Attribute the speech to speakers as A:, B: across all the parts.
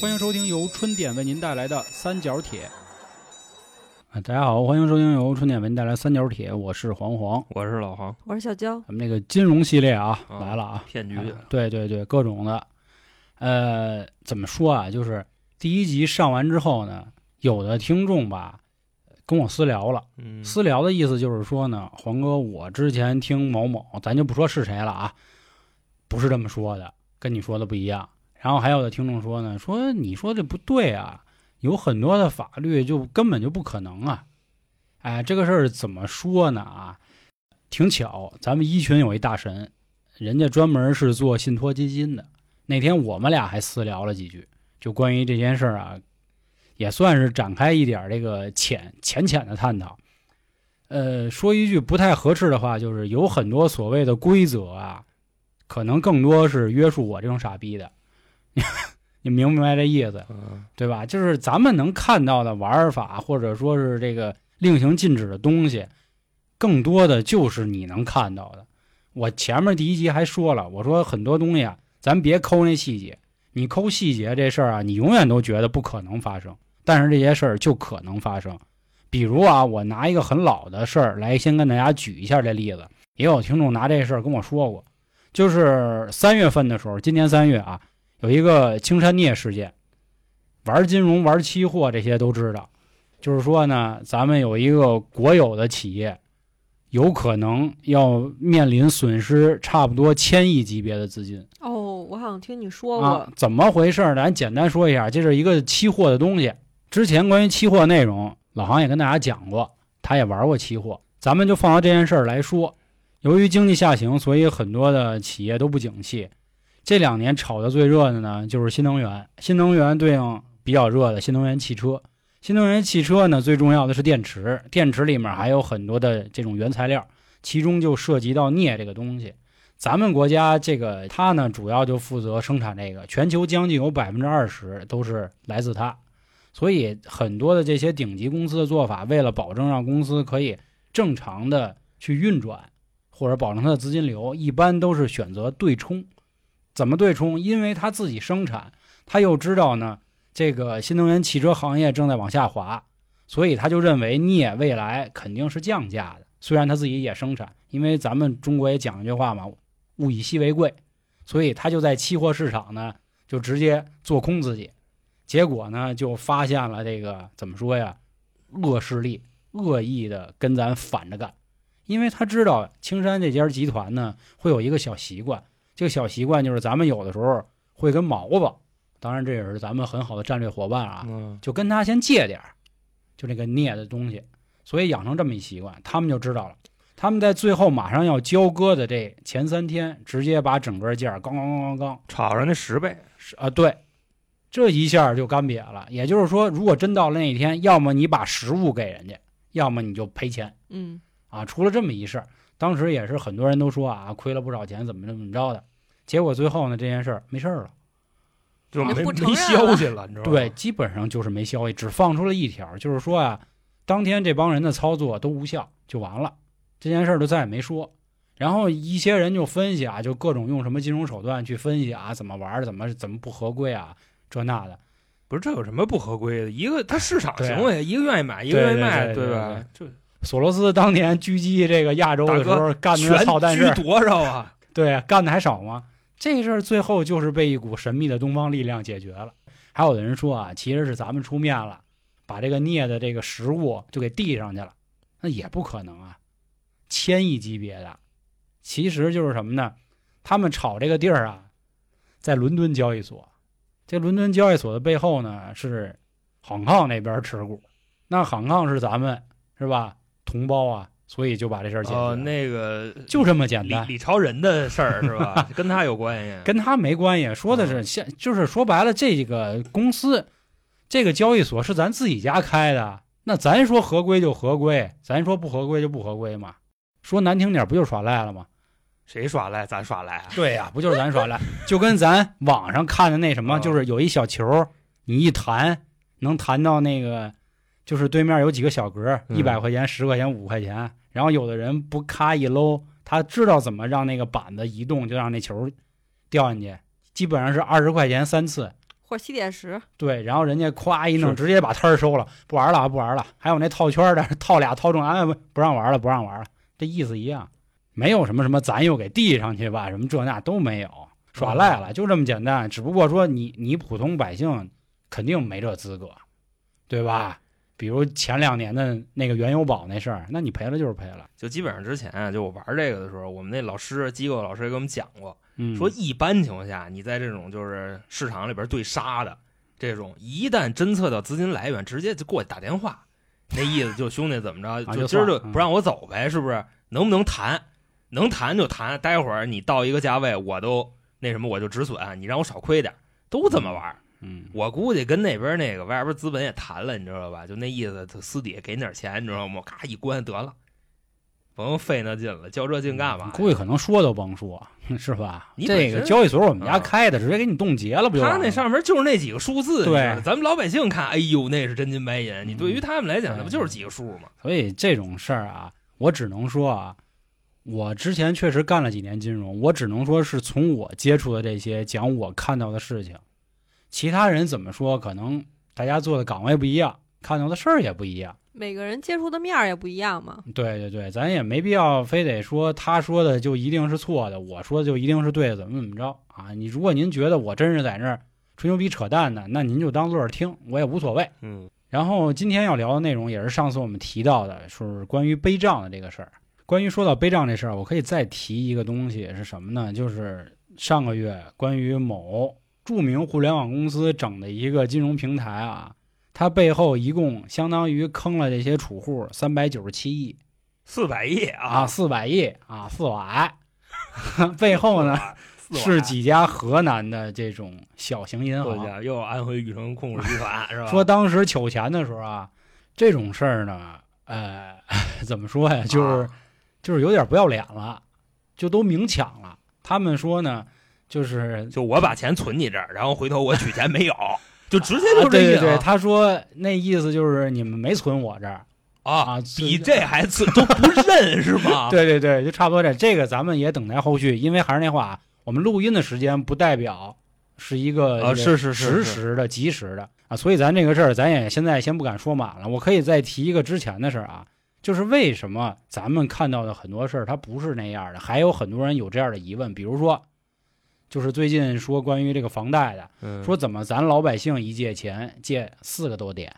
A: 欢迎收听由春点为您带来的《三角铁》。啊，大家好，欢迎收听由春点为您带来《三角铁》，我是黄黄。
B: 我是老黄，
C: 我是小娇，
A: 咱们这个金融系列啊，
B: 啊
A: 来了啊，
B: 骗局
A: 啊对对对，各种的。呃，怎么说啊？就是第一集上完之后呢，有的听众吧跟我私聊了，
B: 嗯，
A: 私聊的意思就是说呢，黄哥，我之前听某某，咱就不说是谁了啊，不是这么说的，跟你说的不一样。然后还有的听众说呢，说你说这不对啊，有很多的法律就根本就不可能啊。哎，这个事儿怎么说呢啊？挺巧，咱们一群有一大神，人家专门是做信托基金的。那天我们俩还私聊了几句，就关于这件事儿啊，也算是展开一点儿这个浅浅浅的探讨。呃，说一句不太合适的话，就是有很多所谓的规则啊，可能更多是约束我这种傻逼的。 你明不明白这意思，
B: 嗯
A: 对吧？就是咱们能看到的玩法，或者说是这个令行禁止的东西，更多的就是你能看到的。我前面第一集还说了，我说很多东西啊，咱别抠那细节。你抠细节这事儿啊，你永远都觉得不可能发生，但是这些事儿就可能发生。比如啊，我拿一个很老的事儿来先跟大家举一下这例子，也有听众拿这事儿跟我说过，就是三月份的时候，今年三月啊，有一个青山镍事件，玩金融、玩期货这些都知道，就是说呢，咱们有一个国有的企业，有可能要面临损失差不多千亿级别的资金。
C: 哦，我好像听你说过，
A: 啊，怎么回事儿？咱简单说一下，这是一个期货的东西。之前关于期货内容，老航也跟大家讲过，他也玩过期货。咱们就放到这件事儿来说，由于经济下行，所以很多的企业都不景气。这两年炒得最热的呢，就是新能源。新能源对应比较热的新能源汽车。新能源汽车呢，最重要的是电池，电池里面还有很多的这种原材料，其中就涉及到镍这个东西。咱们国家这个它呢，主要就负责生产这个，全球将近有百分之二十都是来自它，所以很多的这些顶级公司的做法，为了保证让公司可以正常的去运转，或者保证它的资金流，一般都是选择对冲。怎么对冲？因为它自己生产，它又知道呢，这个新能源汽车行业正在往下滑，所以他就认为镍未来肯定是降价的。虽然他自己也生产，因为咱们中国也讲一句话嘛，物以稀为贵，所以他就在期货市场呢就直接做空自己，结果呢就发现了这个怎么说呀，恶势力恶意的跟咱反着干，因为他知道青山这家集团呢会有一个小习惯，这个小习惯就是咱们有的时候会跟毛子，当然这也是咱们很好的战略伙伴啊，
B: 嗯
A: 就跟他先借点儿，就那个镍的东西，所以养成这么一习惯，他们就知道了。他们在最后马上要交割的这前三天，直接把整个价儿刚刚刚刚刚
B: 炒人家十倍，
A: 是啊，对，这一下就干瘪了。也就是说，如果真到了那一天，要么你把实物给人家，要么你就赔钱
C: 嗯，
A: 啊。出了这么一事儿，当时也是很多人都说啊，亏了不少钱，怎么怎么着的。结果最后呢，这件事儿没事儿了。
B: 就
C: 也
B: 没
C: 不承
B: 没
C: 认
B: 消
C: 了
B: 息了，你知道吗？
A: 对，，基本上就是没消息，只放出了一条，就是说啊，当天这帮人的操作都无效，就完了，这件事儿就再也没说。然后一些人就分析啊，就各种用什么金融手段去分析啊，怎么玩儿，怎么怎么不合规啊，这那的。
B: 不是这有什么不合规的？一个它市场
A: 对啊
B: 行为，一个愿意买，一个
A: 对
B: 愿意
A: 对
B: 卖，
A: 对对
B: 吧？就
A: 索罗斯当年狙击这个亚洲的时候干的那操蛋
B: 全
A: 事儿，
B: 居多少 啊？
A: 对，干的还少吗？这事儿最后就是被一股神秘的东方力量解决了。还有的人说啊，其实是咱们出面了，把这个镍的这个食物就给递上去了，那也不可能啊，千亿级别的，其实就是什么呢？他们炒这个地儿啊，在伦敦交易所，这伦敦交易所的背后呢是杭康那边持股，那杭康是咱们是吧同胞啊，所以就把这事儿解决了，
B: 哦，那个
A: 就这么简
B: 李
A: 单。
B: 李朝仁的事儿是吧？跟他有关系，
A: 跟他没关系，说的是现，就是说白了，这个公司，这个交易所是咱自己家开的，那咱说合规就合规，咱说不合规就不合规嘛。说难听点，不就是耍赖了吗？
B: 谁耍赖咱耍赖啊？
A: 对呀、不就是咱耍赖？就跟咱网上看的那什么，
B: 啊
A: 就是有一小球，你一弹能弹到那个，就是对面有几个小格，
B: 嗯
A: 一百块钱、十块钱、五块钱，然后有的人不咔一搂，他知道怎么让那个板子移动，就让那球掉进去，基本上是二十块钱三次。
C: 或者七点十，
A: 对，然后人家夸一弄，
B: 是
A: 直接把摊儿收了，不玩了，不玩了。还有那套圈儿的，套俩套中，哎，不不让玩了，不让玩了，这意思一样，没有什么什么咱又给递上去吧，什么这那都没有，耍赖了，就这么简单。只不过说你你普通百姓肯定没这资格，对吧？比如前两年的那个原油宝那事儿，那你赔了就是赔了。
B: 就基本上之前啊，就我玩这个的时候，我们那老师机构老师也给我们讲过，
A: 嗯，
B: 说一般情况下，你在这种就是市场里边对杀的这种，一旦侦测到资金来源，直接就过去打电话，那意思就兄弟怎么着，
A: 就
B: 就今儿就
A: 算嗯
B: 不让我走呗，是不是？能不能谈？能谈就谈，待会儿你到一个价位，我都那什么，我就止损，你让我少亏点儿，都这么玩儿。
A: 嗯，
B: 我估计跟那边那个外边资本也谈了，你知道吧？就那意思，他私底下给你点钱，你知道吗？咔一关得了，甭费那劲了，较这劲干嘛呀？
A: 估计可能说都甭说，是吧？
B: 你
A: 这
B: 本
A: 个
B: 身
A: 交易所我们家
B: 啊
A: 开的，直接给你冻结了，不就完
B: 他
A: 了吗？
B: 那上面就是那几个数字，
A: 对
B: 你知道咱们老百姓看，哎呦，那是真金白银。你对于他们来讲，
A: 嗯
B: 那不就是几个数吗？
A: 所以这种事儿啊，我只能说啊，我之前确实干了几年金融，我只能说是从我接触的这些讲我看到的事情，其他人怎么说，可能大家做的岗位不一样，看到的事儿也不一样。
C: 每个人接触的面儿也不一样嘛。
A: 对对对，咱也没必要非得说他说的就一定是错的，我说的就一定是对的，怎么怎么着啊？你如果您觉得我真是在那儿吹牛逼扯淡呢，那您就当乐儿听，我也无所谓。
B: 嗯，
A: 然后今天要聊的内容也是上次我们提到的，是关于背账的这个事儿。关于说到背账这事儿，我可以再提一个东西是什么呢？就是上个月关于某著名互联网公司整的一个金融平台啊，它背后一共相当于坑了这些储户三百九十七亿
B: 四百亿
A: 啊，
B: 啊，
A: 四百亿啊，四百。 背后呢
B: 四百
A: 是几家河南的这种小型银
B: 作
A: 行，
B: 家又安徽禹城控股集团是吧？
A: 啊说当时取钱的时候啊，这种事儿呢，呃， 怎么说呀？
B: 啊
A: 就是、就是有点不要脸了，就都明抢了。他们说呢，就是
B: 就我把钱存你这儿，然后回头我取钱 没有，就直接
A: 啊
B: 就这
A: 对
B: 意
A: 对
B: 思
A: 对，
B: 啊
A: 他说那意思就是你们没存我这儿，
B: 啊
A: 啊
B: 比这还次都不认是 吧？
A: 对对对，就差不多这。这个咱们也等待后续，因为还是那话，我们录音的时间不代表是一个
B: 啊
A: 这
B: 是
A: 个
B: 是是
A: 实
B: 是
A: 时的、及时的啊，所以咱这个事儿，咱也现在先不敢说满了。我可以再提一个之前的事儿啊，就是为什么咱们看到的很多事儿它不是那样的，还有很多人有这样的疑问，比如说，就是最近说关于这个房贷的，
B: 嗯
A: 说怎么咱老百姓一借钱借四个多点，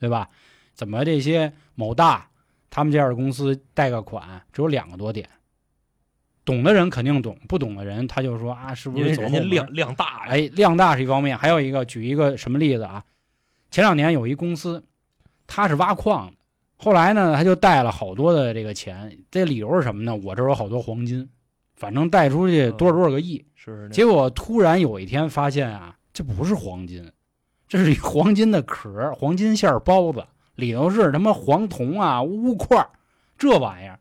A: 对吧？怎么这些某大他们这样的公司贷个款只有两个多点？懂的人肯定懂，不懂的人他就说啊，是不
B: 因为
A: 是走
B: 人
A: 后
B: 家
A: 门
B: 量量大呀，
A: 哎，量大是一方面，还有一个举一个什么例子啊？前两年有一公司，他是挖矿的，后来呢，他就贷了好多的这个钱，这理由是什么呢？我这儿有好多黄金，反正贷出去
B: 嗯
A: 多少多少个亿，
B: 是
A: 结果突然有一天发现啊，这不是黄金，这是一黄金的壳儿，黄金馅儿包子，里头是他妈黄铜啊、钨块儿这玩意儿。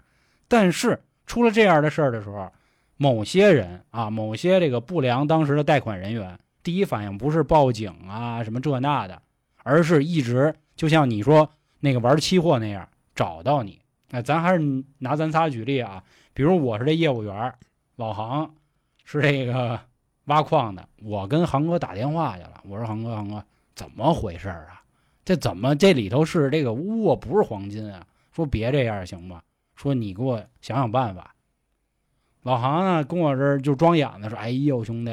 A: 但是出了这样的事儿的时候，某些人啊，某些这个不良当时的贷款人员，第一反应不是报警啊什么这那的，而是一直就像你说那个玩期货那样找到你。哎，咱还是拿咱仨举例啊，比如我是这业务员儿，老航是这个挖矿的，我跟航哥打电话去了，我说航哥，航哥，怎么回事儿啊？这怎么这里头是这个钨啊，不是黄金啊？说别这样行吗？说你给我想想办法。老航呢跟我这儿就装眼子说，哎呦兄弟，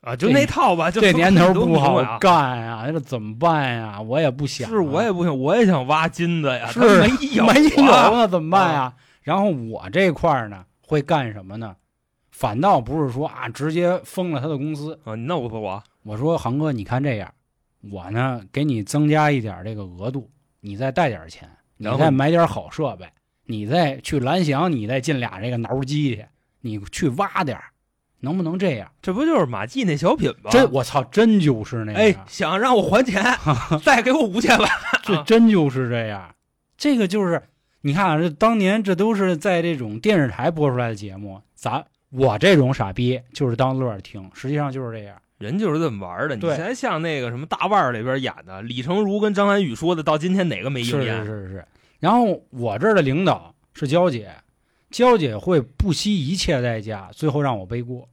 B: 啊，就那套吧，就
A: 这年头
B: 都
A: 不
B: 明白
A: 好
B: 啊
A: 干呀、这怎么办呀、我也不想、啊，
B: 是我也不行，我也想挖金子呀，
A: 是
B: 但没有
A: 没有
B: 啊
A: 那怎么办呀？然后我这块儿呢会干什么呢？反倒不是说啊直接封了他的公司，
B: 啊，那我我
A: 我说航哥，你看这样，我呢给你增加一点这个额度，你再带点钱，你
B: 然后
A: 再买点好设备，你再去蓝翔，你再进俩这个挠机去，你去挖点儿，能不能这样？
B: 这不就是马季那小品吗？
A: 真我操，真就是那
B: 哎
A: 样，，啊
B: 想让我 还钱，再给我五千万，
A: 这真就是这样。这个就是你看啊，这当年这都是在这种电视台播出来的节目，咱我这种傻逼就是当乐儿听，实际上就是这样。
B: 人就是这么玩的。你
A: 对
B: 才像那个什么大腕儿里边演的，李成儒跟张涵予说的，到今天哪个没应
A: 是
B: 验？
A: 是是是。然后我这儿的领导是娇姐，娇姐会不惜一切代价，最后让我背锅。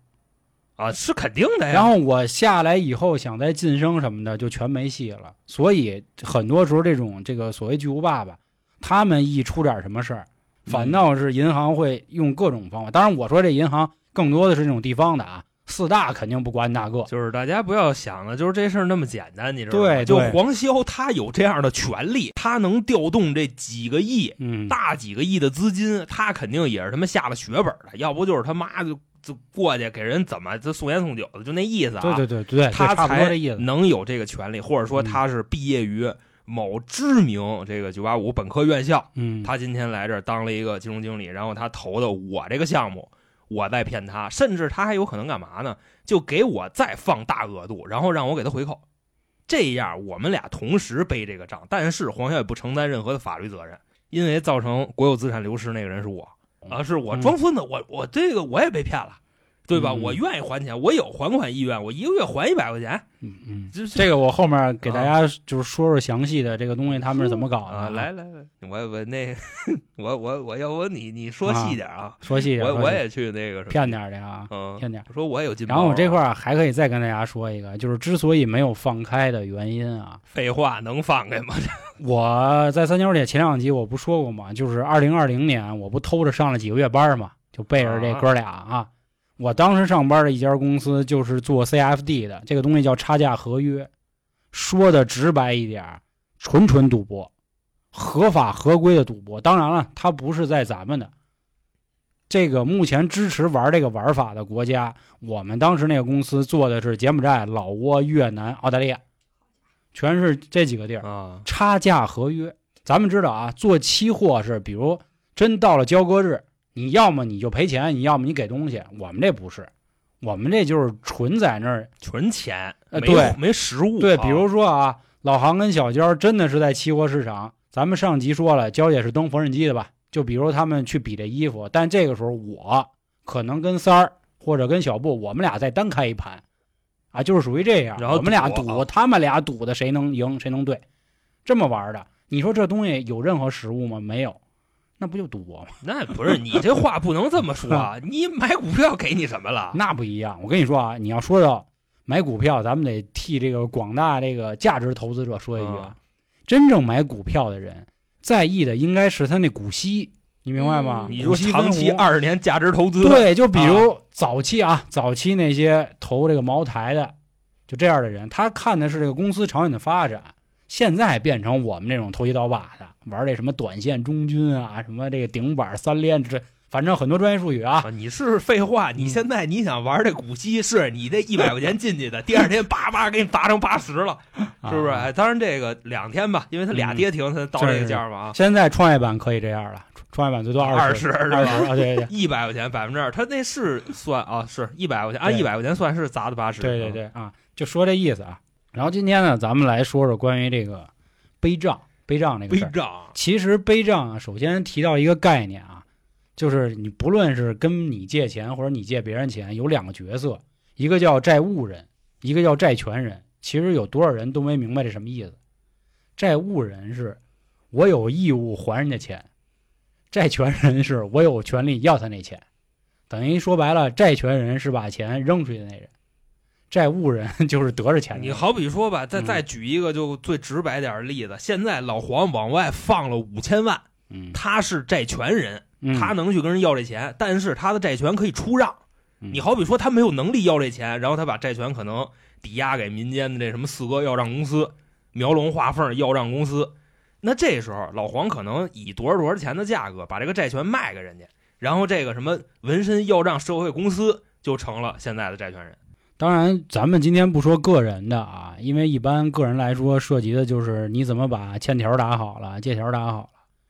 B: 啊，是肯定的呀。
A: 然后我下来以后想再晋升什么的，就全没戏了。所以很多时候这种这个所谓巨无霸吧，他们一出点什么事儿，
B: 嗯
A: 反倒是银行会用各种方法。当然，我说这银行更多的是这种地方的啊，四大肯定不管你大个。
B: 就是大家不要想了，就是这事儿那么简单，你知道吗？
A: 对对
B: 就黄潇他有这样的权利，他能调动这几个亿、
A: 嗯，
B: 大几个亿的资金，他肯定也是他妈下了血本的，要不就是他妈就就过去给人怎么就送烟送酒的，就那意思啊。
A: 对对对对，对
B: 他
A: 差不多
B: 才
A: 这意思。
B: 能有这个权利，或者
A: 嗯
B: 说他是毕业于某知名这个九八五本科院校，
A: 嗯，
B: 他今天来这儿当了一个金融经理，然后他投的我这个项目，我在骗他，甚至他还有可能干嘛呢？就给我再放大额度，然后让我给他回扣，这样我们俩同时背这个账。但是黄潇也不承担任何的法律责任，因为造成国有资产流失那个人是我啊，是我
A: 嗯
B: 装孙子，我我这个我也被骗了。对吧？
A: 嗯
B: 我愿意还钱，我有还款意愿，我一个月还一百块钱，
A: 嗯嗯，
B: 就是
A: 这个我后面给大家就是说说详细的这个东西他们是怎么搞的
B: 啊，
A: 啊。
B: 来来来，我我那 我我我要不你你说细点啊，
A: 说细点，
B: 我
A: 说
B: 我
A: 细
B: 也去那个什么，
A: 骗点儿的啊，
B: 嗯，
A: 骗点儿。
B: 我说我也有啊进步。
A: 然后我这块儿还可以再跟大家说一个，就是之所以没有放开的原因啊，
B: 废话能放开吗？
A: 我在三角铁前两集我不说过吗？就是二零二零年，我不偷着上了几个月班嘛，就背着这哥俩啊。我当时上班的一家公司就是做 CFD 的，这个东西叫差价合约，说的直白一点儿，纯纯赌博，合法合规的赌博。当然了，它不是在咱们的这个目前支持玩这个玩法的国家，我们当时那个公司做的是柬埔寨、老挝、越南、澳大利亚，全是这几个地儿。
B: 啊，
A: 差价合约。咱们知道啊，做期货是，比如真到了交割日，你要么你就赔钱，你要么你给东西。我们这不是，我们这就是纯在那儿。
B: 纯钱，
A: 呃
B: 没
A: 对
B: 没实物啊。
A: 对，比如说啊，老航跟小娇真的是在期货市场。咱们上集说了，娇姐是蹬缝纫机的吧？就比如他们去比这衣服，但这个时候我可能跟三儿或者跟小布，我们俩再单开一盘，啊，就是属于这样。
B: 然后
A: 我们俩
B: 赌啊
A: 赌，他们俩赌的谁能赢谁能对，这么玩的。你说这东西有任何实物吗？没有，那不就赌博吗？
B: 那不是你这话不能这么说啊！你买股票给你什么了？
A: 那不一样。我跟你说啊，你要说到买股票，咱们得替这个广大这个价值投资者说一句啊，真正买股票的人在意的应该是他那股息，你明白吗？
C: 嗯
B: 你
A: 股
B: 说
A: 息分
B: 长期
A: 红
B: 二十年价值投资，
A: 对，就比如早期啊，早期那些投这个茅台的，就这样的人，他看的是这个公司长远的发展。现在变成我们这种投机倒把的，玩这什么短线中军啊，什么这个顶板三连，这反正很多专业术语啊，
B: 啊，你是废话。
A: 嗯
B: 你现在你想玩这股息，是你这一百块钱进去的，第二天叭叭给你砸成八十了，
A: 啊嗯
B: 是不是？哎，当然这个两天吧，因为它俩跌停，它到这个价嘛啊，
A: 现在创业板可以这样了，创创业板最多二
B: 20是吧
A: 二十啊，对 对
B: 一百块钱百分之二，它那是算啊，是一百块钱，按
A: 对
B: 一百块钱算是砸的八十。嗯
A: 对对对对啊，就说这意思啊。然后今天呢，咱们来说说关于这个背账，背账这个
B: 微
A: 事儿。
B: 涨，
A: 其实背账啊，首先提到一个概念啊，就是你不论是跟你借钱或者你借别人钱，有两个角色，一个叫债务人，一个叫债权人。其实有多少人都没明白这什么意思。债务人是我有义务还人家钱，债权人是我有权利要他那钱。等于说白了，债权人是把钱扔出去的那人，债务人 就是得着钱的那
B: 你
A: 人。
B: 好比说吧，再
A: 哎嗯
B: 再举一个就最直白点儿的例子，现在老黄往外放了五千万，
A: 嗯，
B: 他是债权人，
A: 嗯
B: 他能去跟人要这钱，但是他的债权可以出让。
A: 嗯
B: 你好比说他没有能力要这钱，然后他把债权可能抵押给民间的这什么四哥要账公司、苗龙画凤要账公司，那这时候老黄可能以多少多少钱的价格把这个债权卖给人家，然后这个什么纹身要账社会公司就成了现在的债权人。
A: 当然，咱们今天不说个人的啊，因为一般个人来说，涉及的就是你怎么把欠条打好了，借条打好了。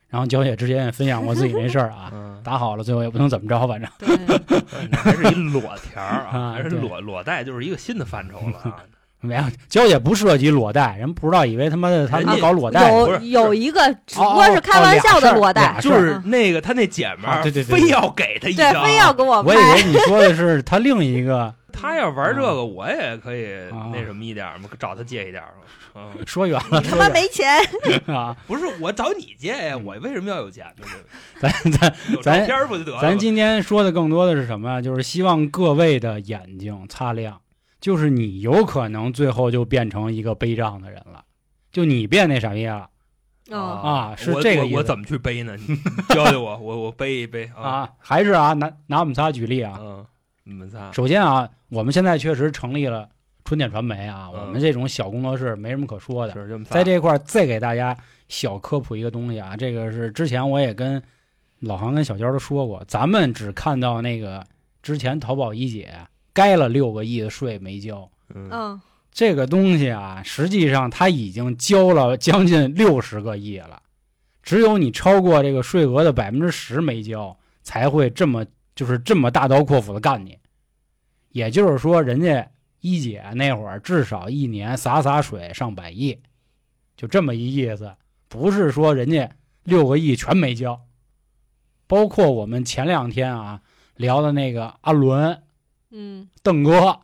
A: 然后娇姐之前也分享过自己这事儿 啊，
B: 嗯，
A: 打好了，最后也不能怎么着，反正
C: 对，
B: 还是一裸条儿啊，
A: 啊
B: 还是
A: 对
B: 裸裸贷就是一个新的范畴了 啊。
A: 嗯没有。娇姐不涉及裸贷，人不知道，以为他妈的他
B: 人
A: 妈
B: 家
A: 搞裸贷。
B: 不
C: 有
B: 是
C: 有
B: 是
C: 一个只
A: 哦
C: 不过
A: 哦
C: 是开
A: 哦
C: 玩
A: 俩
C: 笑
A: 事
C: 的
A: 儿
C: 裸
A: 俩
C: 贷，
A: 事
B: 就
A: 儿
B: 啊是那个他那姐们儿，
A: 啊对对对对
B: 非要给他一
C: 对
B: 张，，
C: 非要给我
A: 我
C: 拍
A: 以，为你说的是他另一个
B: 他要玩这个，我也可以
A: 啊
B: 那什么一点儿嘛，找他借一点儿嘛。啊，
A: 说啊远
C: 你他妈没钱，
A: 了
B: 不是我找你借呀，我为什么要有钱 呢？
A: 嗯咱咱
B: 有照
A: 咱
B: 片儿不就得了吗？
A: 咱今天说的更多的是什么呀？就是希望各位的眼睛擦亮，就是你有可能最后就变成一个背账的人了，就你变那傻逼了
B: 哦
C: 嗯，
A: 啊是
B: 我
A: 这个
B: 我
A: 意思
B: 我怎么去背呢？你 你教教我，我我背一背啊。
A: 啊！还是啊，拿拿我们仨举例啊，
B: 嗯，你们仨
A: 首先啊，我们现在确实成立了春点传媒啊，
B: 嗯
A: 我们这种小工作室没什么可说的。
B: 是这么仨
A: 在这块儿再给大家小科普一个东西啊，这个是之前我也跟老航跟小娇都说过，咱们只看到那个之前淘宝一姐该了六个亿的税没交，
B: 嗯
C: 嗯，
A: 这个东西啊，实际上它已经交了将近六十个亿了，只有你超过这个税额的百分之十没交，才会这么就是这么大刀阔斧的干你。也就是说，人家一姐那会儿至少一年洒洒水上百亿，就这么一意思，不是说人家六个亿全没交，包括我们前两天啊聊的那个阿伦，
C: 嗯，
A: 邓哥，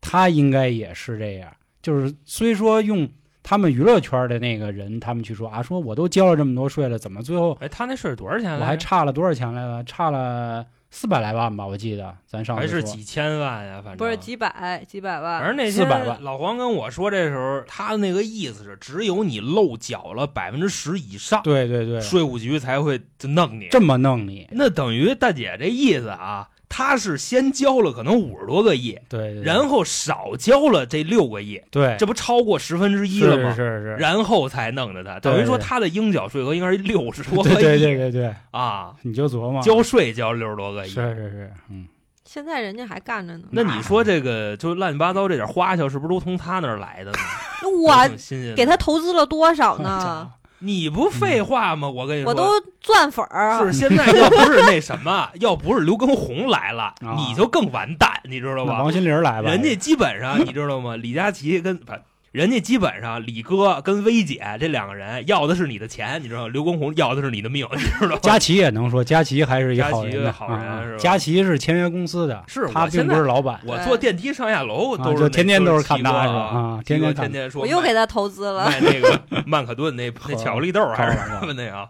A: 他应该也是这样。就是虽说用他们娱乐圈的那个人，他们去说啊，说我都交了这么多税了，怎么最后
B: 哎，他那税多少钱来着？
A: 我还差了多少钱来了？差了四百来万吧，我记得咱上
B: 还
A: 次
B: 是
A: 说
B: 几千万呀，反正
C: 不是。几百几百
B: 哦反
C: 万，
B: 正那
A: 400
B: 天
A: 万
B: 老黄跟我说，这时候他的那个意思是，只有你漏缴了百分之十以上，
A: 对对对，
B: 税务局才会就弄你。
A: 这么弄你，
B: 那等于大姐这意思啊，她是先交了可能五十多个亿，
A: 对对对，
B: 然后少交了这六个亿，
A: 对，
B: 这不超过十分之一
A: 是
B: 了吗？
A: 是是是，
B: 然后才弄的他，
A: 对
B: 等于说
A: 对
B: 他的应缴税额应该是六十多个亿
A: 对对对对对，
B: 啊，
A: 你就琢磨
B: 交税交六十多个亿
A: 是。嗯是是，嗯，
C: 现在人家还干着呢。哎
B: 那你说这个就乱七八糟这点花销是不是都从他那儿来的呢？
C: 那我
B: 挺新鲜的
C: 给他投资了多 少
A: 家
C: 呢？
B: 你不废话
A: 嗯
B: 吗？我跟你说，
C: 我都钻粉儿，
A: 啊
B: 是现在要不是那什么，要不是刘畊宏来了，
A: 啊
B: 你就更完蛋，你知道
A: 那
B: 吧？
A: 王心凌来吧，
B: 人家基本上你知道吗？李佳琦跟不，人家基本上李哥跟薇姐这两个人要的是你的钱，你知道吗？刘畊宏要的是你的命，你知 道吗？
A: 佳琪也能说，佳琪还是一
B: 佳
A: 好
B: 琪
A: 人呢，
B: 好人
A: 啊
B: 是吧
A: 佳琪是签约公司的，
B: 是
A: 他
B: 我
A: 并
B: 现
A: 不
B: 在
A: 是老板。
B: 我坐电梯上下楼
A: 啊
B: 都是
A: 就
B: 那
A: 天天都
B: 都
A: 是看他
B: 齐
A: 是
B: 哥
A: 吧啊天天
B: 齐哥
A: 看
B: 天天说
C: 我又
B: 曼
C: 给他投资了。
B: 卖那个 曼可顿 那那巧克力豆儿还是
A: 好了
B: 什么那啊？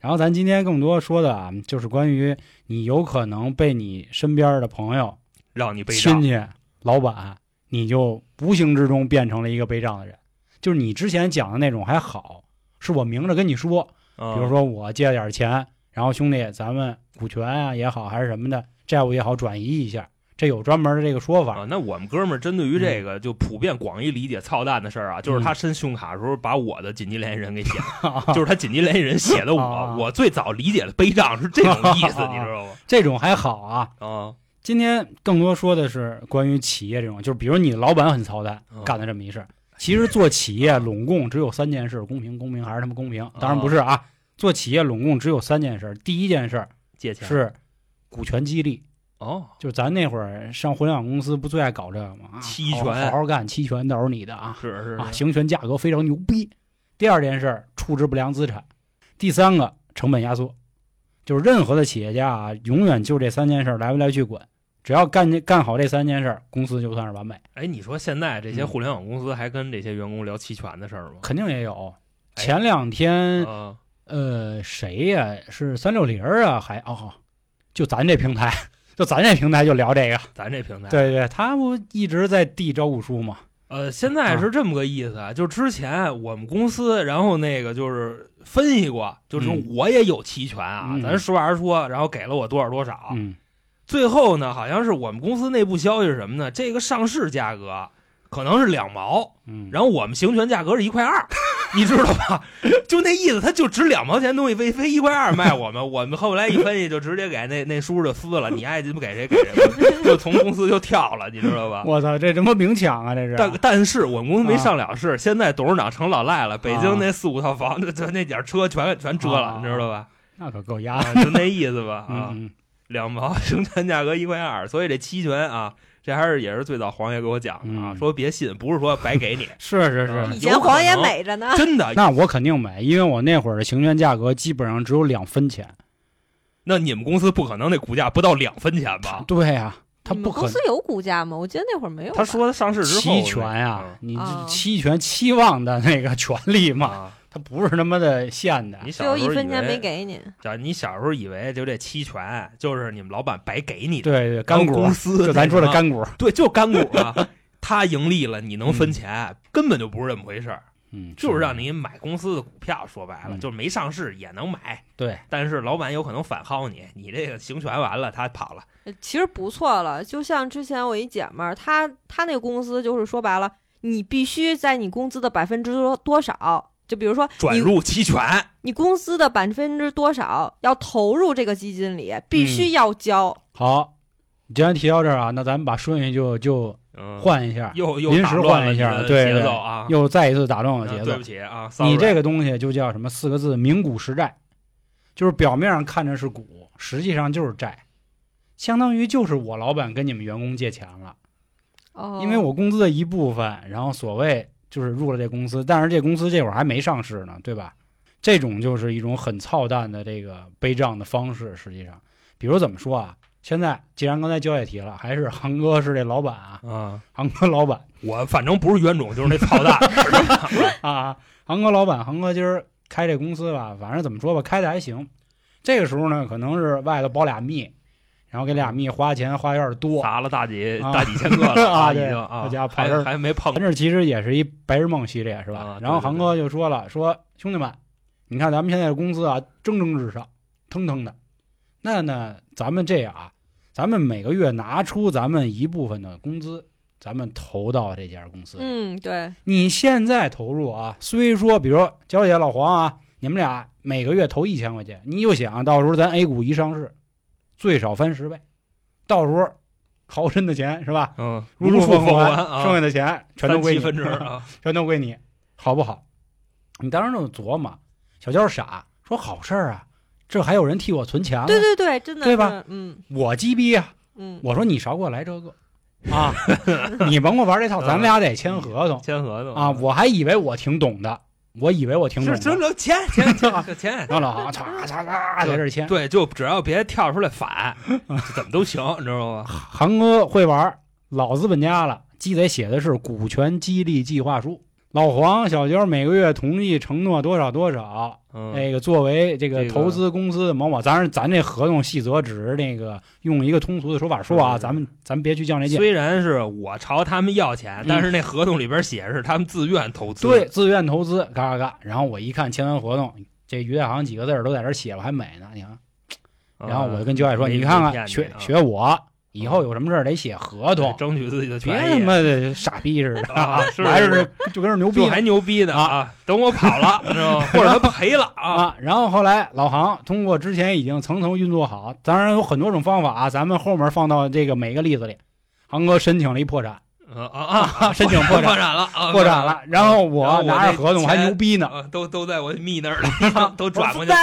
A: 然后咱今天更多说的啊，就是关于你有可能被你身边的朋友、
B: 让你背
A: 亲
B: 账，
A: 戚、老板，你就无形之中变成了一个背账的人。就是你之前讲的那种还好，是我明着跟你说，
B: 比
A: 比如说我借点钱，然后兄弟咱们股权啊也好还是什么的债务也好转移一下，这有专门的这个说法。
B: 啊，那我们哥们儿针对于
A: 嗯
B: 这个就普遍广义理解操蛋的事儿啊，就是他申信用卡的时候把我的紧急联系人 给写，了，就是他紧急联系人写的
A: 啊
B: 我，我最早理解的背账是这种意 思，
A: 啊
B: 你知道吗？
A: 这种还好啊。
B: 啊，
A: 今天更多说的是关于企业这种，就是比如你老板很操蛋，
B: 嗯
A: 干了这么一事儿。其实做企业拢共只有三件事：公平、公平还是他妈公平？
B: 嗯
A: 当然不是啊，做企业拢共只有三件事。第一件事儿
B: 借钱
A: 是股权激励，
B: 哦，
A: 就是咱那会儿上互联网公司不最爱搞这个吗？啊
B: 期
A: 好好
B: 权
A: 好好干，期权都是你的啊
B: 是是
A: 啊，
B: 是
A: 行权价格非常牛逼。第二件事儿，处置不良资产。第三个，成本压缩，就是任何的企业家啊，永远就这三件事儿来回来去滚，只要干这干好这三件事儿，公司就算是完美。
B: 哎，你说现在这些
A: 嗯
B: 互联网公司还跟这些员工聊期权的事儿吗？
A: 肯定也有。
B: 哎
A: 前两天，
B: 啊，
A: 呃，谁呀、是三六零啊？还哦，就咱这平台，就咱这平台就聊这个。
B: 咱这平台
A: 对对，他不一直在递招股书吗？
B: 呃，现在是这么个意思
A: 嗯
B: 啊，就之前我们公司，然后那个就是分析过，就是
A: 嗯
B: 我也有期权啊，
A: 嗯
B: 咱实话实说，然后给了我多少多少。
A: 嗯，
B: 最后呢，好像是我们公司内部消息是什么呢？这个上市价格可能是两毛，
A: 嗯
B: 然后我们行权价格是一块二，你知道吧？ 就那意思，他就值两毛钱东西，非非一块二卖我们。我们后来一分析，就直接给那那叔就撕了，你爱鸡巴给谁给谁，就从公司就跳了，你知道吧？
A: 我操，这他妈明抢啊！这是
B: 但但是我们公司没上了市，现在董事长成老赖了，北
A: 啊
B: 京那四五套房，就就那点儿车全全遮
A: 啊
B: 了，你知道吧？
A: 那可够压
B: 啊，就那意思吧啊，
A: 嗯，嗯
B: 两毛生产价格一块二，所以这期权啊，这还是也是最早黄爷给我讲的啊，
A: 嗯，
B: 说别信，不是说白给你
A: 是是是。
B: 啊
C: 以前黄也美着呢，
B: 真的。
A: 那我肯定买，因为我那会儿的行权价格基本上只有两分钱。
B: 嗯那你们公司不可能那股价不到两分钱吧？
A: 对啊，他
C: 你
A: 不
C: 们
A: 可
C: 公
A: 能
C: 司有股价吗？我记得那会儿没有吧。
B: 他说他上市之后
A: 期权呀，你
C: 啊
A: 这期权期望的那个权利
B: 那个
A: 嘛，
B: 啊，
A: 它不是他妈的限的
B: 你，
C: 只
B: 小
C: 有
B: 时
C: 一
B: 候以
C: 分钱
B: 为
C: 没给你，
B: 假如你小时候以为就这期权就是你们老板白给你的，
A: 对对，干
B: 然后
A: 股啊
B: 公，司
A: 就咱说的
B: 那什
A: 干
B: 么，
A: 股，
B: 啊对，就是干股 啊。他盈利了，你能分钱，根本就不是这么回事儿，
A: 嗯，
B: 就是让你买公司的股票。说白了，
A: 嗯
B: 就是没上市也能买，
A: 对，
B: 但是老板有可能反薅你，你这个行权完了，他跑了，
C: 呃其实不错了。就像之前我一姐们儿，她她那个公司就是说白了，你必须在你工资的百分之多多少，就比如说
B: 转
C: 你
B: 入期权，
C: 你公司的百分之多少要投入这个基金里，必
A: 嗯
C: 须要交。
A: 好。你既然提到这儿啊，那咱们把顺序就就
B: 嗯，
A: 换一下，
B: 又又
A: 临
B: 打
A: 时
B: 乱
A: 换
B: 了
A: 一下
B: 你的
A: 对
B: 节
A: 对
B: 奏啊，
A: 又再一次打断我
B: 啊
A: 节
B: 对
A: 奏
B: 不。起啊，
A: 你
B: sorry
A: 这个东西就叫什么四个字？名股实债，就是表面上看着是股，实际上就是债，相当于就是我老板跟你们员工借钱了。
C: 哦，
A: 因为我工资的一部分，然后所谓就是入了这公司，但是这公司这会儿还没上市呢，对吧？这种就是一种很操蛋的这个背账的方式。实际上，比如怎么说啊？现在既然刚才焦也提了，还是航哥是这老板啊，
B: 啊，
A: 航哥老板
B: 我反正不是冤种，就是那操蛋，知 道吗
A: 啊，航哥老板，航哥今儿开这公司吧，反正怎么说吧，开的还行。这个时候呢，可能是外头包俩蜜，然后给俩蜜花钱花有点多，
B: 砸了大几
A: 啊
B: 大几千个 了
A: 啊
B: 已
A: 对
B: 经
A: 我
B: 啊，
A: 家跑这
B: 还
A: 儿
B: 还没碰
A: 咱这其实也是一白日梦系列，是吧？
B: 啊对
A: 然后
B: 对
A: 航
B: 对
A: 哥就说了，说兄弟们，你看咱们现在的工资啊，蒸蒸日上，腾腾的。那呢，咱们这样啊，咱们每个月拿出咱们一部分的工资，咱们投到这家公司。
C: 嗯，对，
A: 你现在投入啊，虽说比如说娇姐、老黄啊，你们俩每个月投一千块钱，你就想到时候咱 A 股一上市，最少翻十倍，到时候豪绅的钱是吧？
B: 嗯，
A: 入
B: 如数
A: 奉
B: 奉
A: 还，
B: 还
A: 剩
B: 啊，
A: 下的钱全都
B: 三
A: 归
B: 七
A: 你
B: 分之 啊，
A: 全都归你，好不好？你当时就琢磨，小娇傻，说好事儿啊，这还有人替我存钱了，
C: 对对对，真的
A: 对吧
C: 是？嗯
A: 我鸡逼啊！
C: 嗯，
A: 我说你少给我来这个 啊，你甭给我玩
B: 嗯
A: 这套，咱俩得签合同
B: 签合同
A: 啊！我还以为我挺懂的，我以为我挺懂
B: 嗯就是
A: 的，
B: 就是签签签签
A: 然，后老
B: 啊
A: 王嚓嚓嚓在这儿签，
B: 对，就只要别跳出来反，就怎么都行，你知道吗？
A: 韩哥会玩儿，老资本家了，鸡贼写的是股权激励计划书。老黄、小娇每个月同意承诺多少多少，
B: 嗯，
A: 那个作为这个
B: 这个
A: 投资公司的某某，当然咱这合同细则只是那个用一个通俗的说法说啊，
B: 是是是
A: 咱们咱们别去较那劲。
B: 虽然是我朝他们要钱
A: 嗯，
B: 但是那合同里边写是他们自愿投资，
A: 对，，自愿投资，嘎嘎嘎。然后我一看签完合同，这于大航几个字儿都在这儿写了，还美呢，你看。然后我就跟焦爱说：“
B: 嗯没
A: 你看
B: 骗
A: 看，
B: 你
A: 学
B: 啊
A: 学我，以后有什么事儿得写合同，
B: 争取自己的
A: 别
B: 权
A: 他
B: 益。
A: 妈的傻逼似的，
B: 啊 是
A: 还是就跟那儿牛逼
B: 就
A: 呢
B: 还牛逼呢啊！等我跑 了，你知道吗？ 或者他赔了啊，
A: 啊，然后后来老航通过之前已经层层运作好，当然有很多种方法啊，咱们后面放到这个每个例子里。航哥申请了一破产，
B: 啊啊 啊！
A: 申请破
B: 破
A: 产，
B: 产了啊，
A: 破产了。然后
B: 然后
A: 我
B: 我
A: 拿着
B: 这
A: 合同还
B: 钱
A: 牛逼呢，
B: 啊，都都在我蜜那儿 了，都转过去
C: 在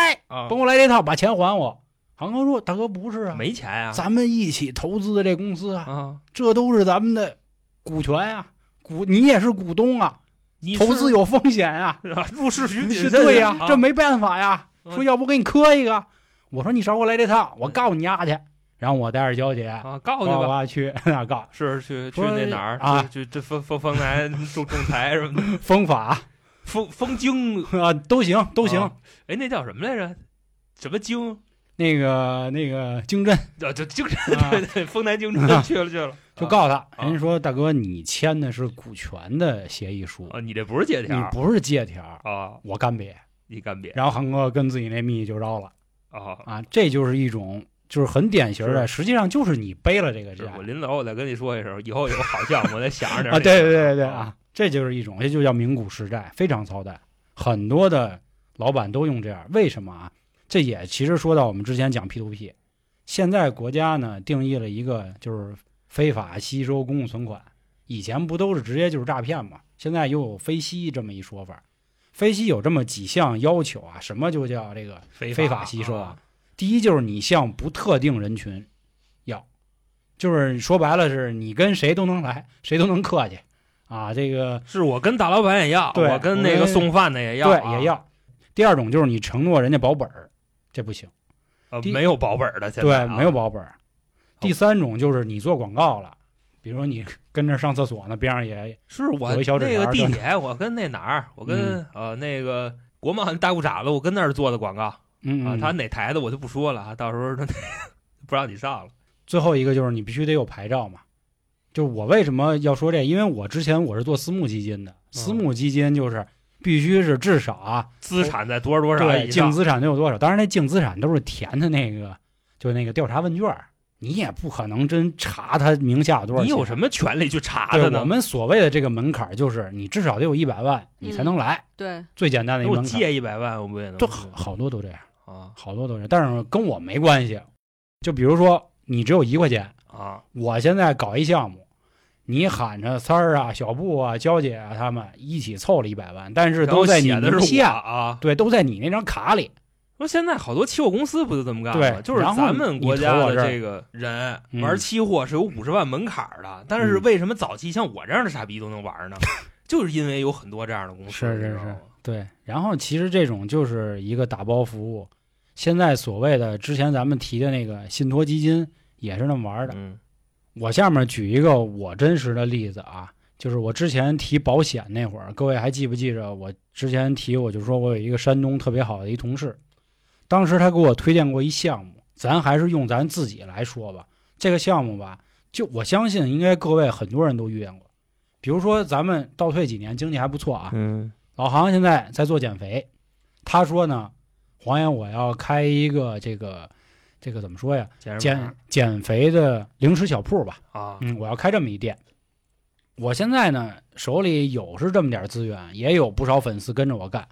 A: 甭，
B: 啊
A: 给我来这套，把钱还我。航哥说：“大哥不是啊，
B: 没钱啊
A: 咱们一起投资的这公司啊，
B: 啊！
A: 这都是咱们的股权啊，股你也是股东啊，
B: 你
A: 投资
B: 有
A: 有风险啊，
B: 入市 需谨
A: 是
B: 慎，
A: 对呀、
B: 啊
A: 这没办法呀。
B: 嗯
A: 说要不给你磕一个，我说你少给我来这套，我告你丫去。然后我带着娇姐，
B: 啊，告
A: 呱
B: 去吧，
A: 呱去那告
B: 是去去
A: 说
B: 那哪儿
A: 啊？
B: 去这丰丰丰台仲仲裁什么的，
A: 风法
B: 丰丰京
A: 啊都行都行。
B: 啊哎，那叫什么来着？什么京？
A: 那个那个经侦
B: 啊，就京城，
A: 啊
B: 对对，丰台京城
A: 啊
B: 去了去了，
A: 就告他，
B: 啊
A: 人家说大哥你签的是股权的协议书，
B: 啊，你这不是借条
A: 你不是借条，
B: 啊？
A: 我干瘪。
B: 你干瘪
A: 然后航哥跟自己那蜜就绕了
B: 啊？
A: 啊，这就是一种就是很典型的，实际上就是你背了这个
B: 是
A: 债
B: 我临走我再跟你说一声，以后有好项目我再想着点
A: 啊，
B: 儿
A: 对对对对啊，这就是一种，这就叫名股实债，非常操蛋。很多的老板都用这样，为什么啊？这也其实说到我们之前讲 P to P，现在国家呢定义了一个就是非法吸收公共存款，以前不都是直接就是诈骗嘛？现在又有非吸这么一说法，非吸有这么几项要求啊，什么就叫这个
B: 非
A: 非法吸收啊。
B: 啊
A: 第一就是你向不特定人群要，就是说白了是你跟谁都能来，谁都能客气啊。这个
B: 是我跟大老板也要，
A: 对
B: 我跟那
A: 我
B: 个
A: 跟
B: 送饭的也要、
A: 对
B: 啊，
A: 也要。第二种就是你承诺人家保本儿，这不行，
B: 呃
A: 第
B: 没有保本儿的，现在、
A: 对
B: 啊、，
A: 没有保本儿。第三种就是你做广告了，比如说你 跟着上厕所呢，边上也
B: 是我
A: 有一小纸
B: 那
A: 条
B: 个
A: 儿嗯
B: 地
A: 正
B: 铁，我跟那哪儿，我跟、呃那个国贸大裤衩子，我跟那儿做的广告啊，
A: 嗯嗯
B: 他哪台的我就不说了啊，到时候他不让你上了。
A: 最后一个就是你必须得有牌照嘛。就是我为什么要说这？因为我之前我是做私募基金的，私
B: 嗯
A: 募基金就是必须是至少啊，
B: 资产在多少多少
A: 对，
B: 以
A: 净
B: 上，
A: 资产得有多少？当然，那净资产都是填的那个，就是那个调查问卷儿，你也不可能真查他名下有多少
B: 你
A: 钱。
B: 有什么权利去查他
A: 对，
B: 呢
A: 我？们所谓的这个门槛儿就是你至少得有一百万，你才能来。
C: 对，
A: 最简单的一
B: 给
A: 个
B: 我
A: 门槛儿，
B: 借一百万，我不也能
A: 这好好多都这样，
B: 啊
A: 好多都这样，但是跟我没关系。就比如说，你只有一块钱，
B: 啊？
A: 我现在搞一项目，你喊着三儿啊、小布啊、娇姐啊他们一起凑了一百万，但是
B: 然
A: 都
B: 后
A: 在你
B: 写的
A: 名
B: 是我
A: 下，
B: 啊。
A: 对，都在你那张卡里。
B: 说现在好多期货公司不就这么干吗？
A: 对
B: 就是
A: 然后
B: 咱们国家
A: 你投我
B: 的
A: 这儿
B: 这个人
A: 嗯
B: 玩期货是有五十万门槛儿的，但是
A: 嗯
B: 为什么早期像我这样的傻逼都能玩呢？就是因为有很多这样的公司，
A: 是
B: 你
A: 是
B: 知道
A: 是
B: 吗，
A: 对。然后其实这种就是一个打包服务，现在所谓的之前咱们提的那个信托基金也是那么玩儿的。
B: 嗯
A: 我下面举一个我真实的例子啊，就是我之前提保险那会儿，各位还记不记着？我之前提我就说我有一个山东特别好的一同事，当时他给我推荐过一项目，咱还是用咱自己来说吧。这个项目吧，就我相信应该各位很多人都遇见过，比如说咱们倒退几年经济还不错啊，
B: 嗯
A: 老航现在在做减肥，他说呢，黄爷我要开一个这个这个怎么说呀？
B: 健身
A: 减
B: 房
A: 减肥的零食小铺吧。
B: 啊，
A: 嗯，我要开这么一店。我现在呢，手里有是这么点儿资源，也有不少粉丝跟着我干。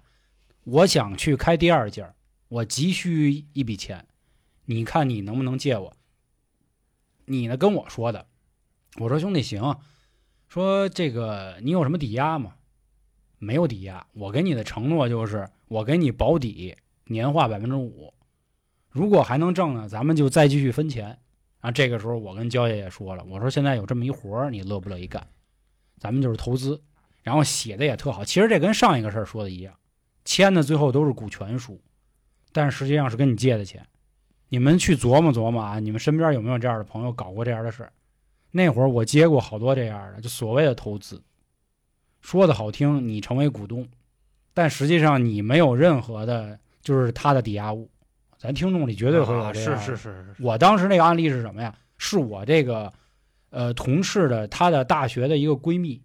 A: 我想去开第二家，我急需一笔钱，你看你能不能借我？你呢跟我说的，我说兄弟行，说这个你有什么抵押吗？没有抵押，我给你的承诺就是我给你保底，年化百分之五，如果还能挣呢，咱们就再继续分钱。然后这个时候，我跟焦爷也说了，我说现在有这么一活儿，你乐不乐意干？咱们就是投资，然后写的也特好。其实这跟上一个事儿说的一样，签的最后都是股权书，但是实际上是跟你借的钱。你们去琢磨琢磨啊，你们身边有没有这样的朋友搞过这样的事儿？那会儿我接过好多这样的，就所谓的投资，说的好听，你成为股东，但实际上你没有任何的，就是他的抵押物。咱听众里绝对会有
B: 啊
A: 这样
B: 是
A: 的
B: 是是是是，
A: 我当时那个案例是什么呀？是我这个呃同事的她的大学的一个闺蜜，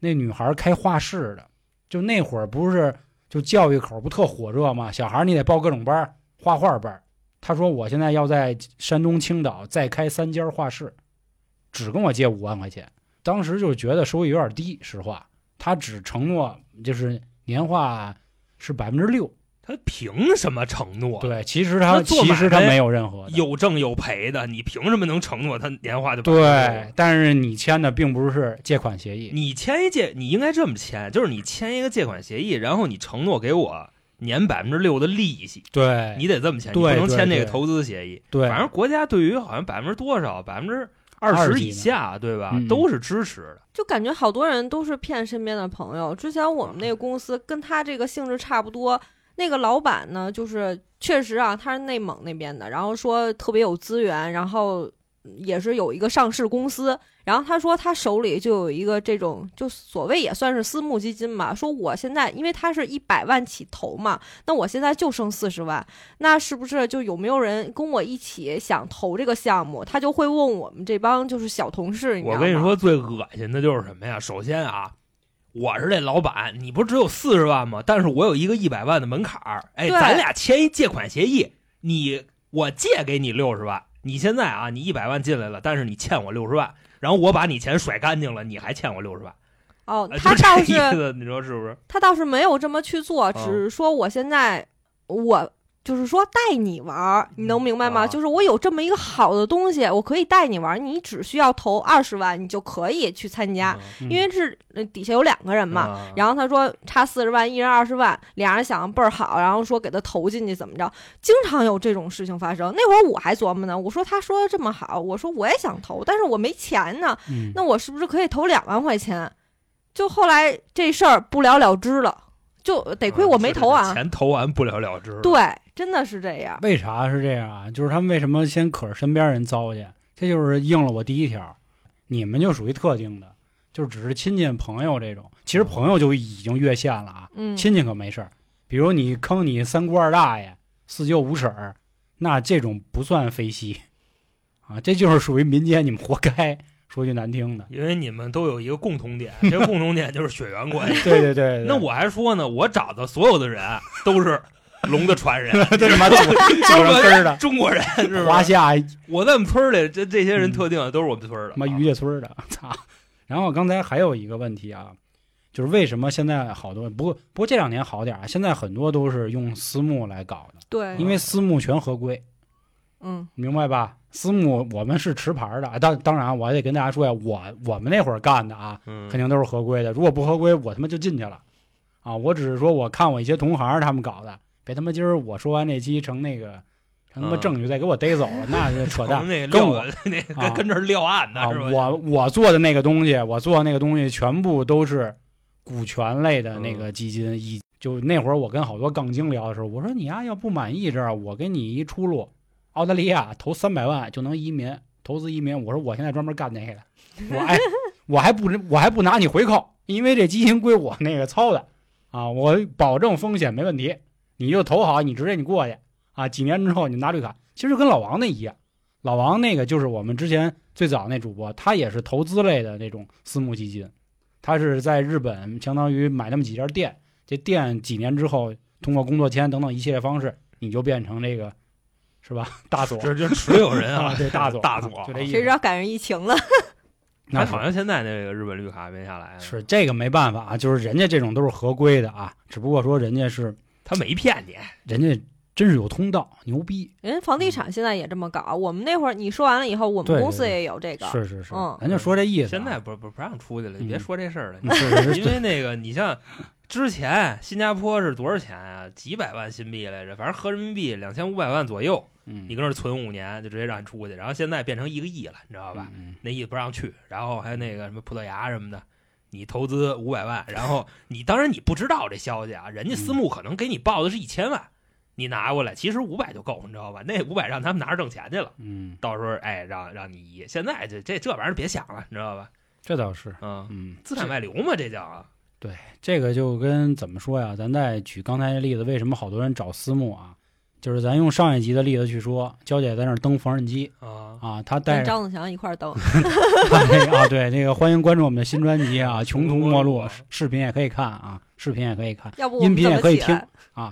A: 那女孩开画室的，就那会儿不是就教育口不特火热吗？小孩你得报各种班儿，画画班儿。她说我现在要在山东青岛再开三间画室，只跟我借五万块钱。当时就觉得收益有点低，实话，她只承诺就是年化是百分之六。
B: 他凭什么承诺？
A: 对，其实她
B: 那做买
A: 其实她
B: 卖
A: 没有任何的
B: 有挣有赔的，你凭什么能承诺他年化就
A: 对，？但是你签的并不是借款协议，
B: 你签一借，你应该这么签，就是你签一个借款协议，然后你承诺给我年百分之六的利息，
A: 对，
B: 你得这么签，你
A: 哎对
B: 不能
A: 对
B: 签这个
A: 对
B: 投资协议。
A: 对，
B: 反正国家对于好像百分之多少，百分之二
A: 20
B: 十以下，对吧
A: 嗯嗯，
B: 都是支持的。
C: 就感觉好多人都是骗身边的朋友。之前我们那个公司跟他这个性质差不多，那个老板呢，就是确实啊，他是内蒙那边的，然后说特别有资源，然后也是有一个上市公司，然后他说他手里就有一个这种，就所谓也算是私募基金吧。说我现在因为他是一百万起投嘛，那我现在就剩四十万，那是不是就有没有人跟我一起想投这个项目？他就会问我们这帮就是小同事，哎知道
B: 我
C: 吗
B: 跟你说，最恶心的就是什么呀？首先啊，我是这老板，你不是只有四十万吗？但是我有一个一百万的门槛儿，哎，
C: 对
B: 咱俩签一借款协议，你我借给你六十万，你现在啊，你一百万进来了，但是你欠我六十万，然后我把你钱甩干净了，你还欠我六十万，
C: 哦
B: 哎，
C: 他
B: 就
C: 倒
B: 这意
C: 是
B: 思，你哦说是不是？
C: 他倒是没有这么去做，只是说我现在我就是说带你玩儿，你能明白吗？
B: 啊
C: 就是我有这么一个好的东西，我可以带你玩儿，你只需要投二十万，你就可以去参加，
A: 嗯
C: 因为是呃底下有两个人嘛。
B: 啊
C: 然后他说差四十万，一人二十万，俩人想倍儿好，然后说给他投进去怎么着，经常有这种事情发生。那会儿我还琢磨呢，我说他说的这么好，我说我也想投，但是我没钱呢，
A: 嗯
C: 那我是不是可以投两万块钱？就后来这事儿不了了之了，就得亏我没投
B: 是
C: 啊
B: 这。钱投完不了了之。
C: 对，真的是这样。
A: 为啥是这样啊？就是他们为什么先可着身边人糟践？这就是应了我第一条，你们就属于特定的，就是只是亲戚朋友这种，其实朋友就已经越线了啊，
C: 嗯，
A: 亲戚可没事儿。比如你坑你三姑二大爷、四舅五婶儿，那这种不算非稀啊，这就是属于民间，你们活该。说句难听的，
B: 因为你们都有一个共同点，这个共同点就是血 缘关系。
A: 对对对
B: 那我还说呢，我找的所有的人都是龙的 传人，
A: 这他妈祖祖上根儿的，
B: 中 国人是不是
A: 华夏
B: 我在我们村儿里，这这些人
A: 嗯
B: 特定的都是我们村儿的。啊
A: 他妈于家村儿的， 操！然后刚才还有一个问题啊，就是为什么现在好多不过不过这两年好点儿啊，现在很多都是用私募来搞的，
C: 对，
A: 因为私募全合规，
C: 嗯
A: 明白吧？私募我们是持牌儿的，啊当当然我还得跟大家说呀，我我们那会儿干的啊，
B: 嗯，
A: 肯定都是合规的，如果不合规，我他妈就进去了啊！我只是说我看我一些同行儿他们搞的，别他妈今儿我说完这期成那个成他妈
B: 嗯
A: 证据再给我逮走了，那就扯
B: 我
A: 淡
B: 们。那
A: 跟
B: 撂
A: 我
B: 那跟、
A: 啊
B: 跟这儿撂案呢、
A: 啊，
B: 是吧？
A: 我我做的那个东西，我做的那个东西全部都是股权类的那
B: 嗯
A: 个基金。以就那会儿我跟好多杠精聊的时候，我说你呀、要不满意这儿，我给你一出路，澳大利亚投三百万就能移民，投资移民。我说我现在专门干这个的，我哎我还不我还不拿你回扣，因为这基金归我那个操的啊，我保证风险没问题，你就投好，你直接你过去啊，几年之后你拿绿卡，其实就跟老王那一样。老王那个就是我们之前最早那主播，他也是投资类的那种私募基金，他是在日本相当于买那么几家店，这店几年之后通过工作签等等一系列方式，你就变成这个是吧大佐
B: 这这持有人
A: 啊，对 大佐
B: 大佐，
A: 就这意
C: 谁知
A: 思。
C: 道赶上疫情了？
A: 那
B: 那
A: 是
B: 好像现在那个日本绿卡没下来呢，
A: 是这个没办法啊，就是人家这种都是合规的啊，只不过说人家是
B: 他没骗你，
A: 人家真是有通道，牛逼，
C: 人家房地产现在也这么搞，我们那会儿你说完了以后，我
A: 嗯对
C: 们
A: 对
C: 公司
A: 对
C: 也有这个，
A: 是是是
C: 嗯，
A: 咱就说这意思啊。
B: 现在不不不让出去了，你
A: 嗯
B: 别说这事儿了。
A: 嗯是是
B: 因
A: 是
B: 为那个，你像之前新加坡是多少钱啊？几百万新币来着，反正合人民币两千五百万左右。
A: 嗯
B: 你搁那儿存五年，就直接让你出去。然后现在变成一个亿了，你知道吧？
A: 嗯嗯
B: 那意思不让去，然后还有那个什么葡萄牙什么的，你投资五百万，然后你当然你不知道这消息啊，人家
A: 嗯
B: 私募可能给你报的是一千万，你拿过来其实五百就够，你知道吧？那五百让他们拿着挣钱去了，
A: 嗯，
B: 到时候哎让让你移，现在这这这玩意儿别想了，你知道吧？
A: 这倒是，
B: 嗯，
A: 嗯，
B: 资产外流嘛，这叫啊，
A: 这个就跟怎么说呀？咱再举刚才那例子，为什么好多人找私募啊？就是咱用上一集的例子去说，娇姐在那儿登缝纫机
B: 啊，
A: 啊，她带着
C: 跟张子强一块儿 登。
A: 她那 个啊，对那个欢迎关注我们的新专辑啊，《穷途末路》，视频也可以看啊，视频也可以看。
C: 要不我
A: 音
C: 们
A: 频
C: 怎
A: 也
C: 么
A: 可以
C: 起
A: 听啊
C: 来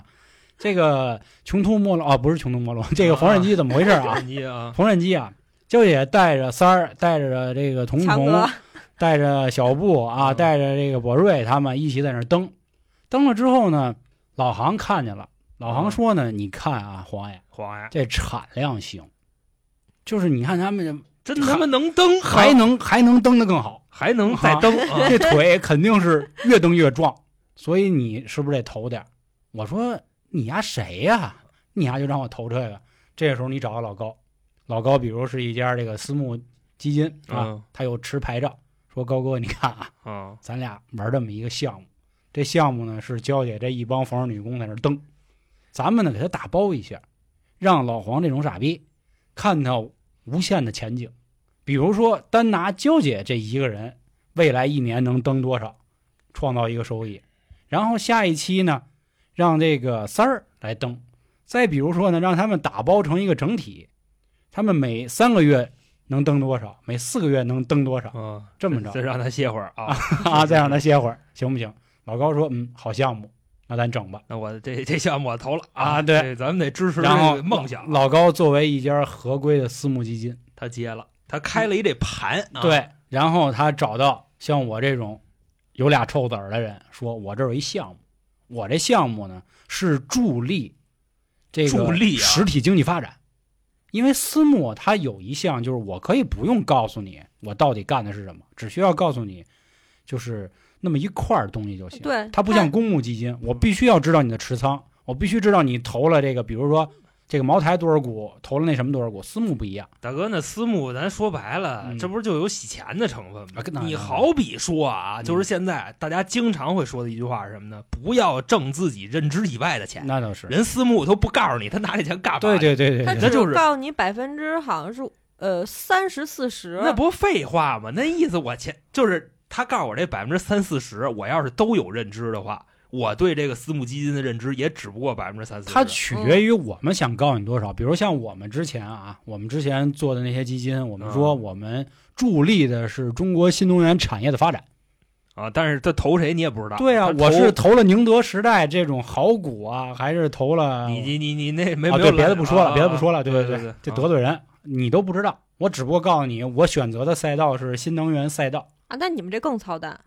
A: 这个穷途末路啊，不是穷途末路，这个缝纫机怎么回事啊？
B: 你啊，
A: 缝纫机啊，娇姐带着三儿，带着这个童
C: 强
A: 童，
C: 哥，
A: 带着小布啊，
B: 嗯
A: 带着这个博瑞他们一起在那儿登。登了之后呢，老航看见了，老
B: 嗯
A: 航说呢：“你看啊，黄爷
B: 黄呀，
A: 这产量行，就是你看他们
B: 真他妈能登，
A: 还能啊还能登得更好，
B: 还能再登啊，
A: 这腿肯定是越蹬越壮，所以你是不是得投点儿？”我说：“你丫谁呀、你丫就让我投这个？”这个时候你找个老高，老高比如是一家这个私募基金啊，
B: 嗯
A: 他有持牌照，说高哥你看啊。
B: 嗯
A: 咱俩玩这么一个项目，这项目呢是娇姐这一帮缝纫女工在那儿蹬，咱们呢给他打包一下，让老黄这种傻逼看到无限的前景。比如说，单拿娇姐这一个人，未来一年能蹬多少，创造一个收益。然后下一期呢，让这个三儿来蹬。再比如说呢，让他们打包成一个整体，他们每三个月能蹬多少，每四个月能蹬多少，
B: 嗯，
A: 这么着
B: 再。让他歇会儿啊，
A: 啊，再让他歇会儿，行不行？老高说，嗯，好项目，那咱整吧。
B: 那我这这项目我投了
A: 啊对
B: 这咱们得支持
A: 然
B: 这
A: 后
B: 个梦想。
A: 老高作为一家合规的私募基金，
B: 他接了，他开了一这盘
A: 嗯
B: 啊，，
A: 对，然后他找到像我这种有俩臭子儿的人，说我这儿有一项目，我这项目呢是助力这个
B: 助力啊
A: 实体经济发展。因为私募它有一项就是我可以不用告诉你我到底干的是什么，只需要告诉你就是那么一块儿东西就行。
C: 对
A: 它不像公募基金，我必须要知道你的持仓，我必须知道你投了这个，比如说这个茅台多少股，投了那什么多少股。私募不一样，
B: 啊大哥，那私募咱说白了，
A: 嗯
B: 这不是就有洗钱的成分
A: 啊
B: 吗
A: 跟？那
B: 你
A: 一样
B: 好比说啊，
A: 嗯
B: 就是现在大家经常会说的一句话是什么呢？不要挣自己认知以外的钱。
A: 那倒是。
B: 人私募都不告诉你，他拿这钱干嘛？
A: 嗯对，对对对
C: 他
A: 对，
B: 这
C: 只
B: 就是
C: 告诉你百分之好像是呃三十四十，
B: 那不废话吗？那意思我前就是他告诉我这百分之三四十，我要是都有认知的话，我对这个私募基金的认知也只不过百分之三四十。
A: 它取决于我们想告诉你多少。比如像我们之前啊，我们之前做的那些基金，我们说
B: 嗯
A: 我们助力的是中国新能源产业的发展。
B: 啊，但是他投谁你也不知道。
A: 对啊，
B: 他投
A: 我是投了宁德时代这种好股啊，还是投了
B: 你你你你那没
A: 啊？
B: 没
A: 对，
B: 有
A: 别的不说了，
B: 啊
A: 别的不说了，
B: 对
A: 对对
B: 对对，
A: 这
B: 啊
A: 得罪人，你都不知道。我只不过告诉你，我选择的赛道是新能源赛道，
C: 啊，那你们这更操蛋。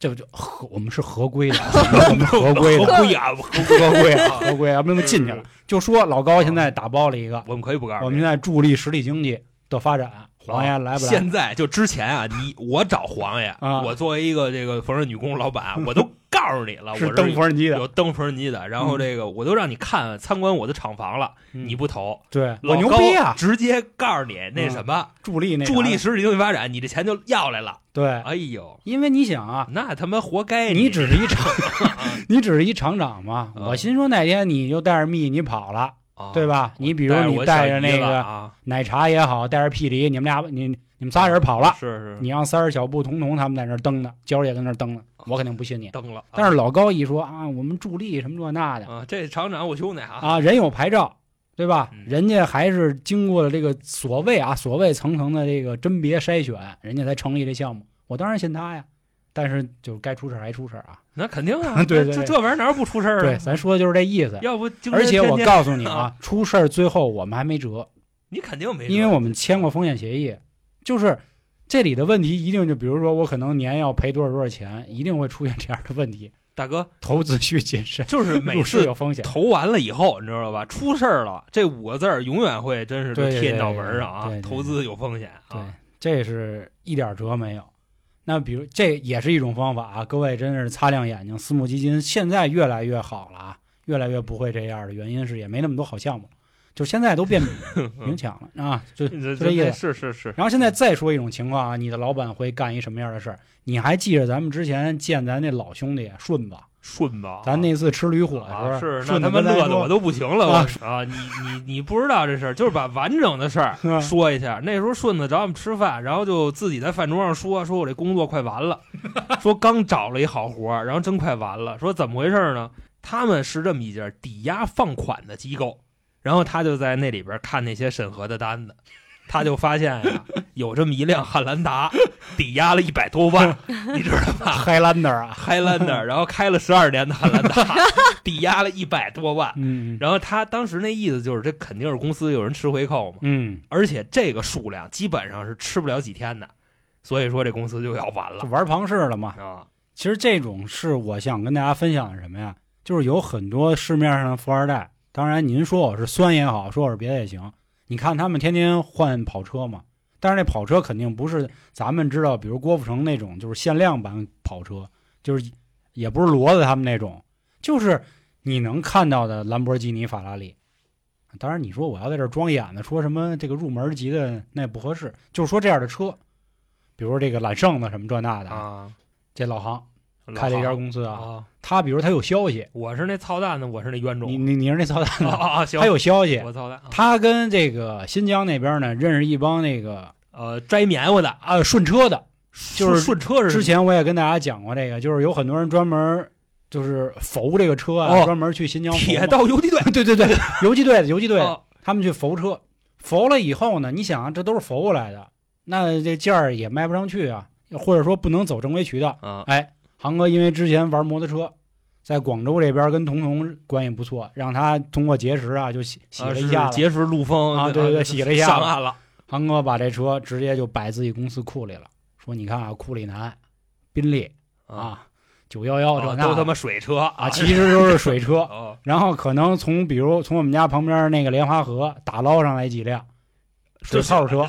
A: 这不就合我们是合规的，啊我们合规的，
B: 合规啊，嗯
A: 合规啊，合规啊，那么进去了。就说老高现在打包了一个，
B: 我们可以不告诉你。
A: 我们现在助力实体经济的发展，黄爷来不来？
B: 啊现在就之前啊，你我找黄爷，
A: 啊
B: 我作为一个这个缝纫女工老板， 我都告诉你了，我
A: 是登缝纫机的，
B: 有登缝纫机的，然后这个我都让你看参观我的厂房了，
A: 嗯
B: 你不投，
A: 对我
B: 老
A: 牛
B: 高
A: 逼啊！
B: 直接告诉你那什么，
A: 助力那啥
B: 助力实体经济发展，你这钱就要来了。
A: 对，
B: 哎呦，
A: 因为你想啊，
B: 那他妈活该
A: 你只是一 厂，你只是一厂长嘛。
B: 哎嗯
A: 我心说哪天你就带着蜜你跑了，
B: 啊
A: 对吧？你比如
B: 带着
A: 你
B: 我
A: 带
B: 小
A: 着
B: 姨
A: 那
B: 了
A: 个
B: 啊，
A: 奶茶也好，带着屁梨，你们俩你你们仨人跑了，
B: 是是
A: 啊你让三儿、小布、彤彤他们在那儿蹬呢，娇儿也在那儿蹬呢，我肯定不信你。
B: 登了，
A: 但是老高一说啊，我们助力什么这那的
B: 啊，这厂长我兄弟啊，
A: 啊，人有牌照，对吧？
B: 嗯
A: 人家还是经过了这个所谓啊所谓层层的这个甄别筛选，人家才成立这项目。我当然信他呀，但是就是该出事儿还出事儿啊。
B: 那肯定 啊，
A: 对对
B: 这
A: 对
B: 这玩意儿哪有不出事儿
A: 对，
B: 啊？
A: 咱说的就是这意思。
B: 要不今天
A: 而且我
B: 天天
A: 告诉你啊，出事儿最后我们还没辙，
B: 你肯定没辙，
A: 因为我们签过风险协议，就是这里的问题一定就比如说我可能年要赔多少多少钱，一定会出现这样的问题。
B: 大哥
A: 投资需谨慎，
B: 就是每
A: 入市
B: 次
A: 有风险。
B: 投完了以后，你知道吧？出事儿了，这五个字儿永远会真是就
A: 对
B: 贴你脑门儿上
A: 对
B: 啊！
A: 对对
B: 投资有风险
A: 对
B: 啊！，
A: 这是一点辙没有。那比如这也是一种方法啊，各位真是擦亮眼睛，私募基金现在越来越好了啊，越来越不会这样的原因是也没那么多好项目，就现在都 变明抢了啊，就
B: 这
A: 这意思
B: 是是是，
A: 然后现在再说一种情况啊，你的老板会干一什么样的事儿？你还记着咱们之前见咱那老兄弟顺子，
B: 顺吧啊？
A: 咱那次吃驴火
B: 啊
A: 的时候，
B: 是那
A: 顺
B: 他
A: 子
B: 妈
A: 跟咱
B: 乐的
A: 说
B: 我都不行了
A: 啊
B: 我啊！你你你不知道这事儿，就是把完整的事儿
A: 嗯
B: 说一下。那时候顺子找我们吃饭，然后就自己在饭桌上说说我这工作快 完了，说刚找了一好活儿，然后真快完了，说怎么回事呢？他们是这么一家抵押放款的机构，然后他就在那里边看那些审核的单子，他就发现呀、有这么一辆汉兰达抵押了一百多 万，你知道吧？
A: Highlander 啊，
B: 汉兰 达，然后开了十二年的汉兰达， 抵押了一百多万。
A: 嗯
B: 然后他当时那意思就是，这肯定是公司有人吃回扣嘛，
A: 嗯，
B: 而且这个数量基本上是吃不了几天的，所以说这公司就要完
A: 就
B: 了
A: 玩庞氏了嘛。
B: 啊。
A: 其实这种是我想跟大家分享的什么呀？就是有很多市面上的富二代，当然您说我是酸也好，说我是别的也行。你看他们天天换跑车嘛，但是那跑车肯定不是咱们知道，比如郭富城那种就是限量版跑车，就是也不是骡子他们那种，就是你能看到的兰博基尼、法拉利。当然，你说我要在这儿装眼子，说什么这个入门级的那也不合适，就是说这样的车，比如说这个揽胜的什么这那的，
B: 啊，
A: 这老行
B: 老
A: 开了一家
B: 行
A: 公司啊，
B: 啊，
A: 他比如他有消息，
B: 我是那操蛋的，我是那冤
A: 你
B: 种
A: 你你是那操蛋
B: 啊
A: 的，
B: 啊，啊行
A: 他，有消息，
B: 我操蛋，啊
A: 他跟这个新疆那边呢认识一帮那个
B: 呃，摘棉花的，
A: 啊顺车的，就是
B: 顺车是
A: 之前我也跟大家讲过这个，就是有很多人专门就是扶这个车啊，
B: 哦
A: 专门去新疆
B: 铁
A: 道，
B: 道游击队，
A: 对 对对，游击队的游击队的，
B: 啊
A: 他们去扶车，扶了以后呢，你想啊这都是扶过来的，那这价儿也卖不上去啊，或者说不能走正规渠道，
B: 啊，
A: 哎，航哥因为之前玩摩托车，在广州这边跟童童关系不错，让他通过劫持啊就洗洗
B: 啊
A: 了
B: 是
A: 一下子。
B: 结识陆风
A: 啊对对对洗了一下子
B: 上岸了，
A: 航哥把这车直接就摆自己公司库里了，说你看啊，库里南、宾利啊、九幺幺这
B: 啊
A: 那的
B: 都他妈水车
A: 啊，其实都是水车。
B: 哦，
A: 然后可能从比如从我们家旁边那个莲花河打捞上来几辆水泡车，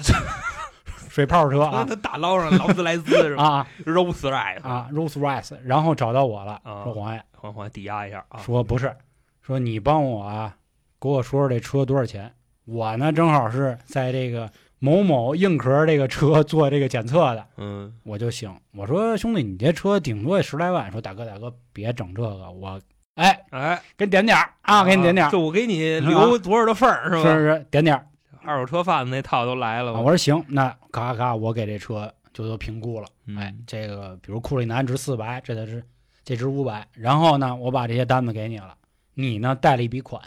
A: 水泡车
B: 啊，
A: 啊
B: 他 大捞上劳斯莱斯是吧？
A: 啊
B: 揉死来的
A: 啊 r o l s Royce，然后找到我了，
B: 啊
A: 说黄爷，
B: 缓缓抵押一下啊，
A: 说不是，说你帮我啊，给我说说这车多少钱。我呢正好是在这个某某硬壳这个车 做这个检测的，
B: 嗯，
A: 我就醒。我说兄弟，你这车顶多也十来万。说大哥大哥，别整这个，我哎
B: 哎
A: 给你点点儿啊，给你点点儿，
B: 就我给你留多少的份儿是哦
A: 是
B: 吧？
A: 是点点儿。
B: 二手车贩子那套都来了
A: 啊
B: 吧？
A: 我说行，那咔咔咔，我给这车就都评估了。
B: 嗯
A: 哎，这个比如库里南值四百，这才是这值五百。然后呢，我把这些单子给你了，你呢贷了一笔款。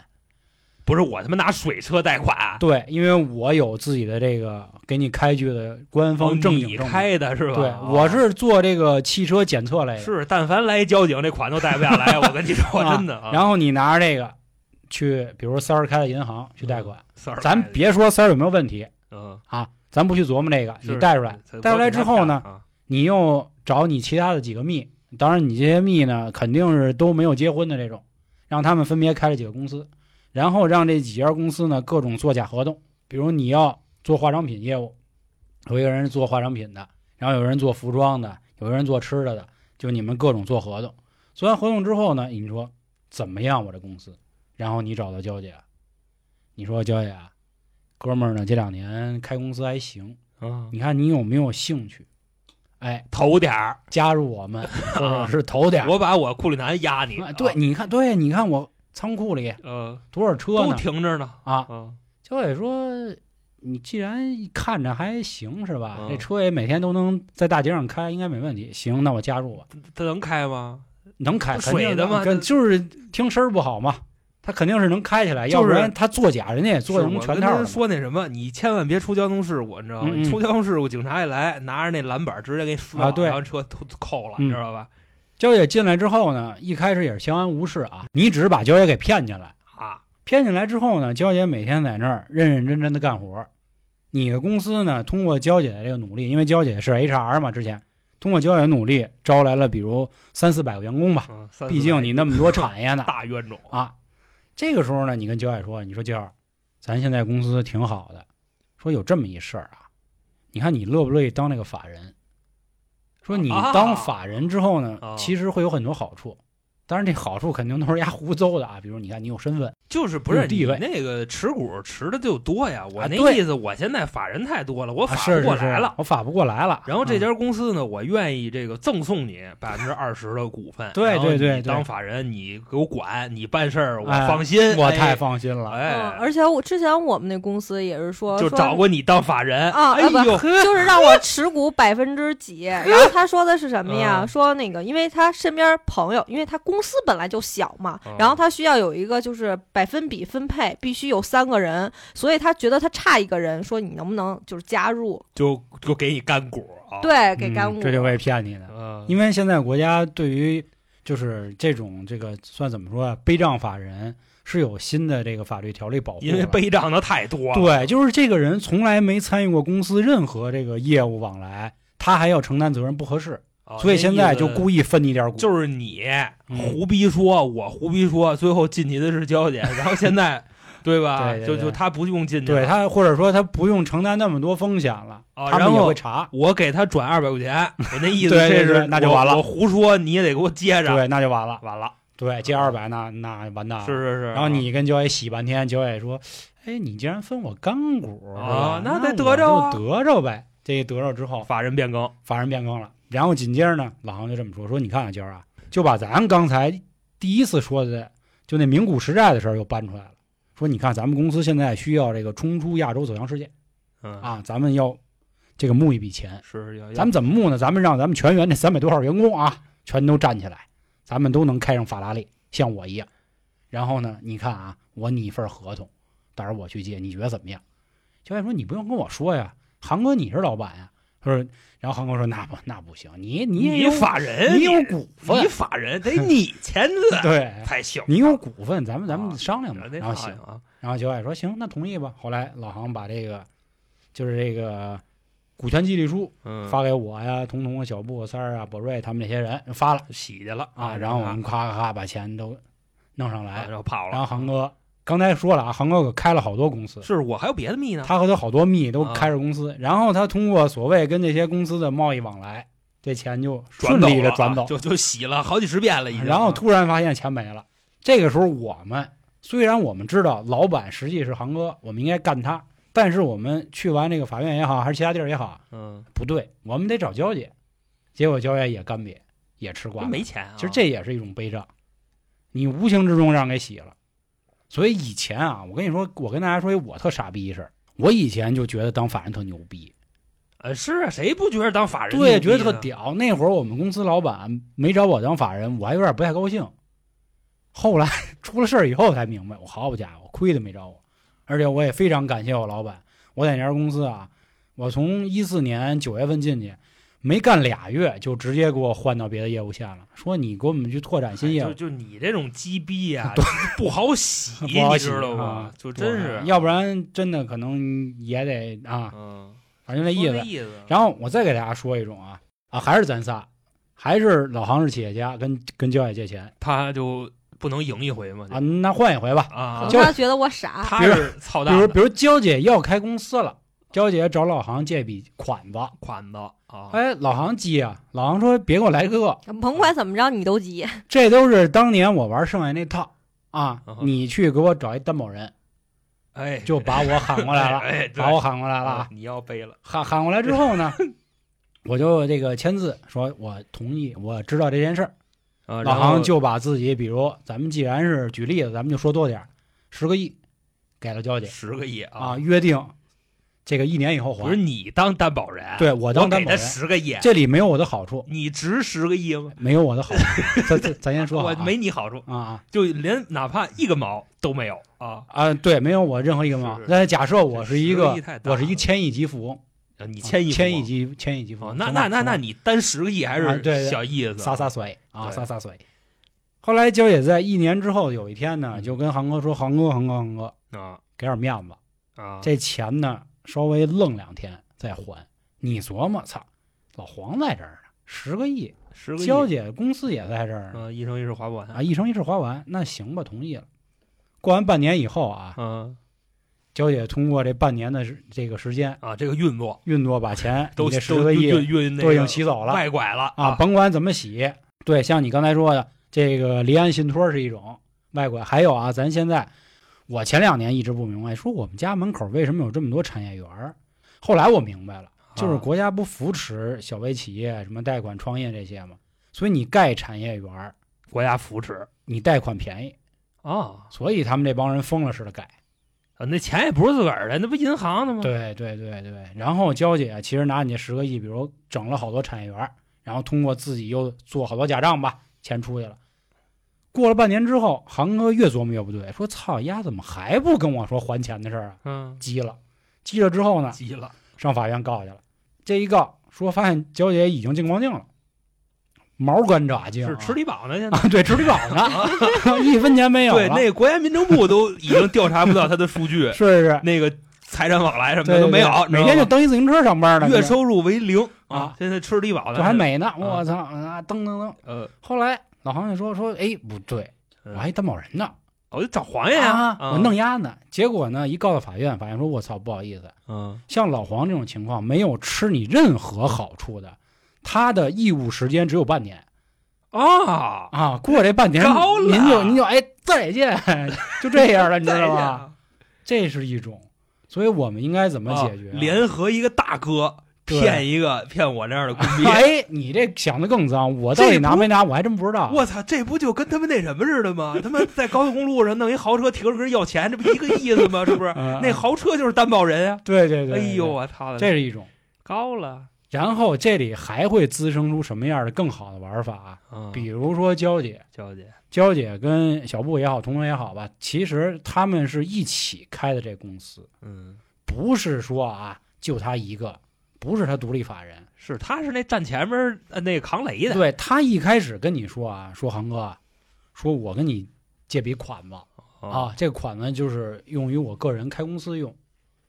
B: 不是我他妈拿水车贷款，
A: 对，因为我有自己的这个给你开具的官
B: 哦
A: 方正经
B: 你
A: 证明。
B: 开的是吧？
A: 对，
B: 哦
A: 我是做这个汽车检测类的。
B: 是，但凡来一交警，这款都贷 不下来。我跟你说，
A: 啊
B: 真的啊。
A: 然后你拿着这个去，比如三儿开的银行去贷款，
B: 三儿
A: 咱
B: 嗯来的，
A: 别说三儿有没有问题
B: 哎嗯，
A: 啊，咱不去琢磨这个，
B: 是
A: 你贷出来，贷出来之后呢，？
B: 啊
A: 你又找你其他的几个密，当然你这些密呢，肯定是都没有结婚的这种，让他们分别开了几个公司，然后让这几家公司呢各种做假合同，比如你要做化妆品业务，有一个人是做化妆品的，然后有人做服装的，有人做吃的的，就你们各种做合同，做完合同之后呢，你说怎么样我这公司，然后你找到娇姐，啊你说娇姐啊，哥们儿呢这两年开公司还行，
B: 嗯，
A: 你看你有没有兴趣？哎，
B: 投点儿，啊
A: 加入我 们，或者是投点儿。
B: 我把我库里南压你
A: 啊。对，，你看，对，你看我仓库里
B: 嗯，
A: 多少车
B: 都
A: 呢？
B: 停着呢。
A: 啊，
B: 嗯，
A: 焦伟说，你既然看着还行是吧？
B: 嗯
A: 这车也每天都能在大街上开，应该没问题。行，那我加入吧，
B: 他能开吗？
A: 能开，肯
B: 水
A: 定
B: 的
A: 能
B: 嘛
A: 跟
B: 这
A: 就是听声儿不好嘛，他肯定是能开起来，
B: 就
A: 要
B: 是
A: 不然他作假，人家也做
B: 是
A: 成
B: 我
A: 全
B: 跟
A: 套
B: 他
A: 了嘛。
B: 说那什么，你千万别出交通事故，你知道吗？
A: 嗯嗯
B: 你出交通事故，警察一来，拿着那篮板直接给你竖
A: 啊对
B: 然后车都都扣了，
A: 嗯
B: 你知道吧？
A: 焦姐进来之后呢，一开始也是相安无事啊，你只是把焦姐给骗进来。
B: 啊，
A: 骗进来之后呢，娇姐每天在那儿认认真真的干活。你的公司呢，通过娇姐的这个努力，因为娇姐是 HR 嘛，之前通过娇姐的努力招来了比如三四百个员工吧，
B: 嗯，三四
A: 毕竟你那么多产业呢
B: 大冤种，
A: 啊。这个时候呢，你跟娇姐说，你说娇儿，咱现在公司挺好的，说有这么一事儿啊，你看你乐不乐意当那个法人？说你当法人之后呢，
B: 啊
A: 其实会有很多好处，当然这好处肯定都是丫胡诌的啊，比如你看你有身份。
B: 就是不是
A: 有地位
B: 你那个持股持的就多呀？我
A: 啊
B: 那
A: 对
B: 意思，我现在法人太多了，我
A: 啊
B: 法
A: 是
B: 不过
A: 是是
B: 来了。
A: 我法不过来了。
B: 然后这
A: 嗯
B: 家公司呢，我愿意这个赠送你百分之二十的股份，
A: 对
B: 然后
A: 对对对
B: 你当法人你给我管，你办事儿我
A: 哎
B: 放心，
A: 我
B: 哎
A: 太放心了。
C: 嗯，
B: 哎，
C: 而且我之前我们那公司也是说
B: 就
C: 说
B: 找过你当法人
C: 啊
B: 哎
C: 啊不
B: 呦，
C: 就是让我持股百分之几。然后他说的是什么呀？
B: 嗯
C: 说那个，因为他身边朋友，因为他公司本来就小嘛
B: 嗯，
C: 然后他需要有一个就是百分比分配，必须有三个人，所以他觉得他差一个人，说你能不能就是加入？
B: 就就给你干股啊，，
C: 对，给干
A: 嗯
C: 股。
A: 这就为骗你的。
B: 嗯，
A: 因为现在国家对于就是这种这个算怎么说啊，背账法人是有新的这个法律条例保护的。
B: 因为背账的太多了，
A: 哦对，就是这个人从来没参与过公司任何这个业务往来，他还要承担责任不合适，
B: 啊
A: 所以现在就嗯
B: 那意思
A: 故意分你点儿股。
B: 就是你胡逼说，我胡逼说，最后进去的是娇姐，然后现在 对吧？
A: 对对
B: 就
A: 对
B: 就他不用进去了，
A: 对他，或者说他不用承担那么多风险了，
B: 啊
A: 他
B: 然
A: 们也
B: 后
A: 会查。
B: 我给他转二百 块钱，我那意思
A: 对对
B: 这
A: 对
B: 是
A: 那就
B: 我
A: 完了
B: 我胡说你也得给我接着，
A: 对，那就完了。
B: 啊完了，
A: 对，借二百那那完蛋了。
B: 是是啊是。
A: 然后你跟焦爷洗半天，焦爷说：“哎，你竟然分我干股是吧
B: 啊那得
A: 我
B: 得着啊
A: 就得着呗。”这一得着之后，
B: 法人变更，
A: 法人变更了。然后紧接着呢，老航就这么说：“说你看啊，今儿啊，就把咱刚才第一次说的，就那名股时代的事儿又搬出来了。说你看，咱们公司现在需要这个冲出亚洲，走向世界
B: 嗯，
A: 啊，咱们要这个募一笔钱。
B: 是要
A: 咱们怎么募呢？咱们让咱们全员这三百多号员工啊，全都站起来，咱们都能开上法拉利，像我一样。然后呢，你看啊，我拟一份合同，到时候我去接，你觉得怎么样？教练说你不用跟我说呀，韩哥你是老板呀。他说，然后韩哥说那不那不行，你你也
B: 你
A: 有
B: 法人，
A: 你有股份
B: 你，法人得你签字
A: 对，
B: 才行，
A: 你有股份，咱们咱们
B: 啊
A: 商量吧。
B: 得
A: 然
B: 商
A: 后行
B: 量，啊，
A: 然后九海说行，那同意吧。后来老航把这个就是这个股权激励书
B: 嗯，
A: 发给我呀、彤彤啊、小布、三儿啊、博瑞他们这些人发了
B: 洗去了
A: 啊，然后我们咔咔咔把钱都弄上
B: 啊
A: 来
B: 然。后跑了，
A: 然后航哥刚才说了啊，航哥可开了好多公司，
B: 是我还有别的密呢，
A: 他和他好多密都
B: 啊
A: 开着公司，然后他通过所谓跟这些公司的贸易往来，这钱就
B: 转
A: 顺
B: 走
A: 利的
B: 了
A: 转
B: 啊
A: 走，
B: 就就洗了好几十遍了，已经。
A: 然后突然发现钱没了。这个时候，我们虽然我们知道老板实际是航哥，我们应该干他，但是我们去完这个法院也好，还是其他地儿也好，
B: 嗯，
A: 不对，我们得找交姐。结果交姐也干瘪，也吃瓜了。
B: 没钱啊，
A: 其实这也是一种悲伤，你无形之中让给洗了。所以以前啊，我跟你说，我跟大家说一我特傻逼一事儿，我以前就觉得当法人特牛逼，
B: 呃，是啊，谁不觉得当法人
A: 对，
B: 牛逼
A: 觉得特
B: 呢
A: 屌。那会儿我们公司老板没找我当法人，我还有点不太高兴。后来 出了事儿以后才明白，我好家伙，亏的没找我。而且我也非常感谢我老板，我在那家公司啊，我从一四年九月份进去，没干俩月就直接给我换到别的业务线了，说你给我们去拓展新业务
B: 哎就。就你这种鸡逼 呀、不好洗，
A: 不好
B: 你
A: 洗
B: 知道吗
A: 啊？
B: 就真是，
A: 要不然真的可能也得啊，
B: 嗯，
A: 反正就那意
B: 说
A: 思
B: 那。意思。
A: 然后我再给大家说一种啊啊，还是咱仨，还是老行是企业家跟跟交姐借钱
B: 他就不能赢一回嘛？
A: 啊，那换一回吧。
B: 啊
C: 可能，
A: 就
C: 他觉得我傻，
B: 他是操
A: 比
B: 蛋
A: 如
B: 的
A: 比如娇姐要开公司了，娇姐找老行借笔款子，
B: 款子啊，
A: 哎，老行急啊，老行说别给我来个，
C: 甭管怎么着你都急，
A: 这都是当年我玩剩下那套啊
B: 嗯，哼
A: 你去给我找一担保人，
B: 哎，
A: 就把我喊过来了，
B: 哎，对
A: 把我喊过来了啊
B: 啊，。你要背了，
A: 喊喊过来之后呢，我就这个签字，说我同意，我知道这件事儿。老
B: 啊然后
A: 行就把自己，比如咱们既然是举例子，咱们就说多点儿，十个亿给了娇姐
B: 十个亿
A: 啊，，约定这个一年以后
B: 不是
A: 还。
B: 你当担保人，，
A: 对我
B: 我
A: 当担
B: 给
A: 保
B: 他
A: 人，
B: 十个亿，
A: 这里没有我的好处，
B: 你值十个亿吗？
A: 没有我的好 处。咱咱咱先说好
B: 我
A: 啊
B: 没你好处，
A: 啊啊
B: 就连哪怕一个毛都没有啊。
A: 啊，对，没有我任何一个嘛
B: 是。
A: 那假设我是一
B: 这十
A: 个
B: 亿，太大了
A: 我是一千亿级富翁，
B: 啊你
A: 啊
B: 千亿富翁
A: 千亿级千亿级富
B: 哦
A: 翁，，啊
B: 那
A: 行
B: 那
A: 吧
B: 那
A: 行吧
B: 那你单十个亿还
A: 啊对
B: 是
A: 对
B: 小意思，
A: 洒洒水啊，
B: 对
A: 洒洒水。后来娇姐在一年之后有一天呢，就跟航哥说：“航哥，航哥，航哥，
B: 啊
A: 给点面子，
B: 嗯啊，
A: 这钱呢稍微愣两天再还。”你琢磨，操，老黄在这儿呢，十个亿，
B: 十个亿，
A: 娇姐公司也在这儿呢
B: 嗯，一生一世花不完
A: 啊，一生一世花完，那行吧，同意了。过完半年以后啊，
B: 嗯
A: 娇姐通过这半年的时这个时间
B: 啊，这个运作
A: 运作，把钱你
B: 都
A: 这
B: 都
A: 十个亿
B: 运运那
A: 都
B: 个
A: 已经洗走了，
B: 外拐了
A: 啊，甭管怎么洗，对，像你刚才说的，这个离岸信托是一种外拐，还有啊，咱现在我前两年一直不明白，说我们家门口为什么有这么多产业园儿，后来我明白了，就是
B: 啊
A: 国家不扶持小微企业什么贷款创业这些嘛，所以你盖产业园儿，
B: 国家扶持
A: 你贷款便宜，
B: 啊，
A: 所以他们这帮人疯了似的盖。
B: 啊那钱也不是自个儿的，那不银行的吗？
A: 对对对对，然后娇姐啊其实拿你这十个亿，比如整了好多产业园儿，然后通过自己又做好多假账吧，钱出去了。过了半年之后，航哥越琢磨越不对，说：“操，丫怎么还不跟我说还钱的事儿啊
B: 嗯？”，
A: 急了，急了之后呢，
B: 急了，
A: 上法院告去了。这一告说，发现娇姐已经进光镜了，毛干炸净、啊，
B: 是吃力宝呢现在
A: 啊，。对，吃力宝 呢，一分钱没有
B: 对，
A: 了，
B: 那国家民政部都已经调查不到他的数据，
A: 是是是，
B: 那个财产往来什么
A: 对对
B: 的都没有
A: 对，每
B: 你知
A: 天就
B: 道吗
A: 蹬一自行车上班呢，
B: 月收入为零
A: 啊
B: 现在吃力宝呢，
A: 这还美呢，
B: 啊
A: 我操啊，噔噔噔。
B: 呃，
A: 后来老黄就说说，哎，不对，
B: 嗯
A: 我还担保人呢，
B: 我就找黄爷呀，啊
A: 我弄丫呢。结果呢，一告到法院，法院说，我操，不好意思，
B: 嗯
A: 像老黄这种情况，没有吃你任何好处的，他的义务时间只有半年
B: 啊，
A: 啊，过这半年
B: 高了
A: 您就您就哎再见， 就这样了，你知道
B: 对
A: 吧？
B: 呀
A: 这是一种，所以我们应该怎么解决？
B: 啊联合一个大哥
A: 对
B: 骗一个骗我这样的工地。
A: 哎，你这想的更脏，我到
B: 这
A: 底
B: 不
A: 拿没拿，我还真不知道。
B: 我操，这不就跟他们那什么似的吗？他们在高速公路上弄一豪车停着跟人要钱，这不一个意思吗？是不是？
A: 嗯
B: 那豪车就是担保人啊！
A: 对对
B: 哎
A: 对，
B: 呦，我操
A: 对，这是一种。
B: 高了，
A: 然后这里还会滋生出什么样的更好的玩法啊？
B: 嗯
A: 比如说娇姐，
B: 娇啊姐
A: 娇姐跟小布也好，彤彤也好吧，其实他们是一起开的这公司，
B: 嗯，
A: 不是说啊就他一个，不是他独立法人。
B: 是，他是那站前面儿呃那个扛雷的
A: 对他一开始跟你说啊，说航哥，说我跟你借笔款吧，
B: 哦
A: 啊，这个款呢就是用于我个人开公司用，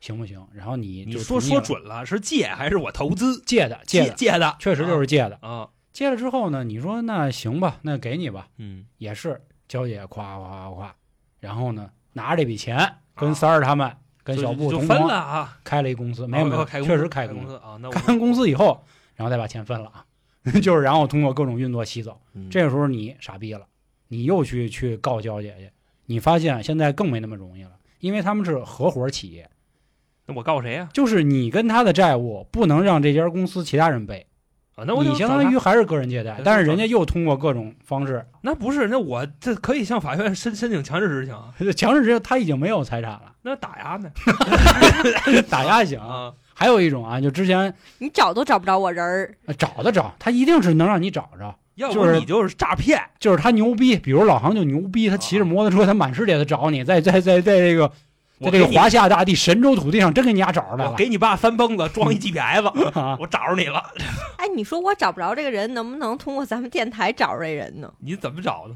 A: 行不行？然后你
B: 你
A: 就
B: 说
A: 同意了
B: 说准了，是借还是我投资
A: 借的借的，
B: 借的？
A: 确实就是借的。
B: 啊，
A: 借了之后呢，你说那行吧，那给你吧。
B: 嗯，
A: 也是娇姐夸夸夸夸，然后呢拿着这笔钱跟三儿他们、跟小布
B: 啊就
A: 同
B: 分了
A: 框
B: 啊，
A: 开了一公司，没有没有，
B: 开公司
A: 确实开
B: 公
A: 司。
B: 司啊，那我
A: 开完公司以后，然后再把钱分了啊， 就是然后通过各种运作吸走。
B: 嗯
A: 这个时候你傻逼了，你又去去告娇姐去，你发现现在更没那么容易了，因为他们是合伙企业，
B: 那我告谁呀？
A: 就是你跟他的债务不能让这家公司其他人背，
B: 啊，那我就
A: 你相
B: 找
A: 当
B: 他
A: 于还是个人借贷
B: 对，
A: 但是
B: 找
A: 人家又通过各种方式
B: 那不是，那我这可以向法院申申请强制执行啊，
A: 强制执行，他已经没有财产了，
B: 那打压呢
A: 打压行。
B: 啊，
A: 还有一种啊，就之前
C: 你找都找不着我人儿，
A: 呃找的找，他一定是能让你找着，
B: 要
A: 就
B: 不
A: 是
B: 你就是诈骗，
A: 就是他牛逼，比如老航就牛逼，他
B: 啊
A: 骑着摩托车，他满世界的找你，在在在在这个在
B: 我
A: 这个
B: 给你
A: 华夏大地神州土地上真给你俩找着来
B: 我
A: 了
B: 给你爸三蹦子装一 GPS，
A: 啊！
B: 我找着你了，
C: 哎，你说我找不着这个人，能不能通过咱们电台找着这人呢？
B: 你怎么找的？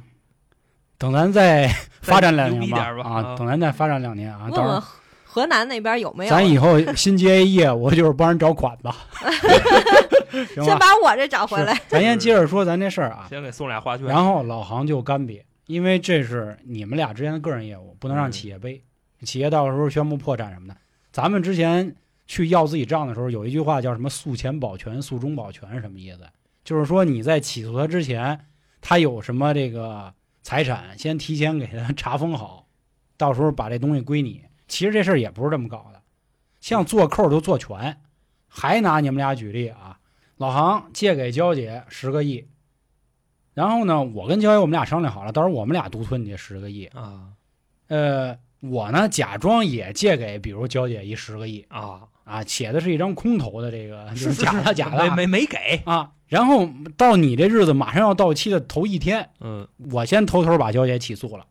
A: 等咱再 发展两
B: 牛逼
A: 年
B: 点吧
A: 吧啊
B: 啊！
A: 等咱再发展两年啊，
C: 问
A: 到时
C: 问
A: 候
C: 河河南那边有没啊有？
A: 咱以后新接一业务就是帮人找款吧， 行吧？
C: 先把我这找回
A: 是
C: 来。
A: 咱先接着说咱这事儿 啊，
B: 先给送俩花圈，
A: 然后老航就干瘪，因为这是你们俩之间的个人业务，不能让
B: 嗯
A: 企业背。企业到时候宣布破产什么的，咱们之前去要自己账的时候，有一句话叫什么“诉前保全，诉中保全”，什么意思？就是说你在起诉他之前，他有什么这个财产，先提前给他查封好，到时候把这东西归你。其实这事儿也不是这么搞的，像做扣都做全。还拿你们俩举例啊，老航借给娇姐十个亿，然后呢，我跟娇姐我们俩商量好了，到时候我们俩独吞你这十个亿。
B: 啊
A: 呃，我呢假装也借给，比如娇姐一十个亿
B: 啊，
A: 啊，写的是一张空头的这个，就是是假的假的
B: 没没没给，
A: 啊。然后到你这日子马上要到期的头一天，
B: 嗯
A: 我先偷偷把娇姐起诉了，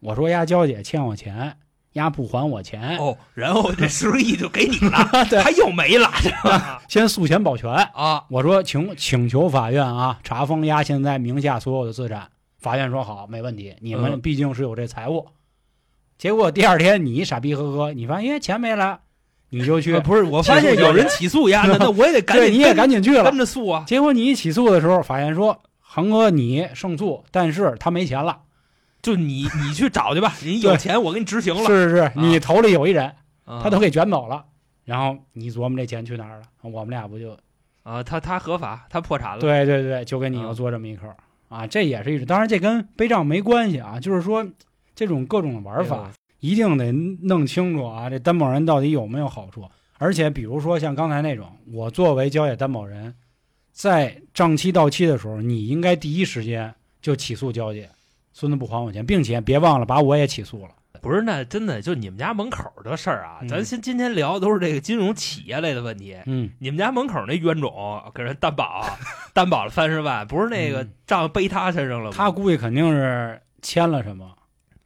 A: 我说丫娇姐欠我钱，丫不还我钱，
B: 哦，然后这十个亿就给你了，
A: 对
B: 他又没了，是 吧？
A: 先诉前保全。
B: 啊，
A: 我说请请求法院啊查封押现在名下所有的资产。法院说好，没问题，你们
B: 嗯
A: 毕竟是有这财务。结果第二天你傻逼呵呵，你发现哎钱没来，你就去
B: 呃，不是，我发现有人起诉丫的，那我也得赶
A: 对，
B: 紧，
A: 你也赶
B: 紧
A: 紧去了
B: 跟。着诉啊，
A: 结果你一起诉的时候，法院说航哥你胜诉，但是他没钱了。
B: 就你你去找去吧， 你有
A: 对
B: 钱我给你执行了，
A: 是是是，你头里有一人，
B: 啊
A: 他都给卷走了。然后你琢磨这钱去哪儿了？我们俩不就
B: 啊，他他合法，他破产了，
A: 对对对，就跟你
B: 啊
A: 又做这么一口儿啊，这也是一种，当然这跟背账没关系啊，就是说这种各种的玩
B: 哎
A: 法
B: 呦
A: 一定得弄清楚啊，这担保人到底有没有好处。而且比如说像刚才那种，我作为交易担保人，在账期到期的时候，你应该第一时间就起诉交姐，孙子不还我钱，并且别忘了把我也起诉了。
B: 不是，那真的就你们家门口的事儿啊，
A: 嗯
B: 咱先今天聊的都是这个金融企业类的问题。
A: 嗯，
B: 你们家门口那冤种给人担保，啊 担保了三十万，不是那个
A: 嗯
B: 账背他身上了吗？
A: 他估计肯定是签了什么。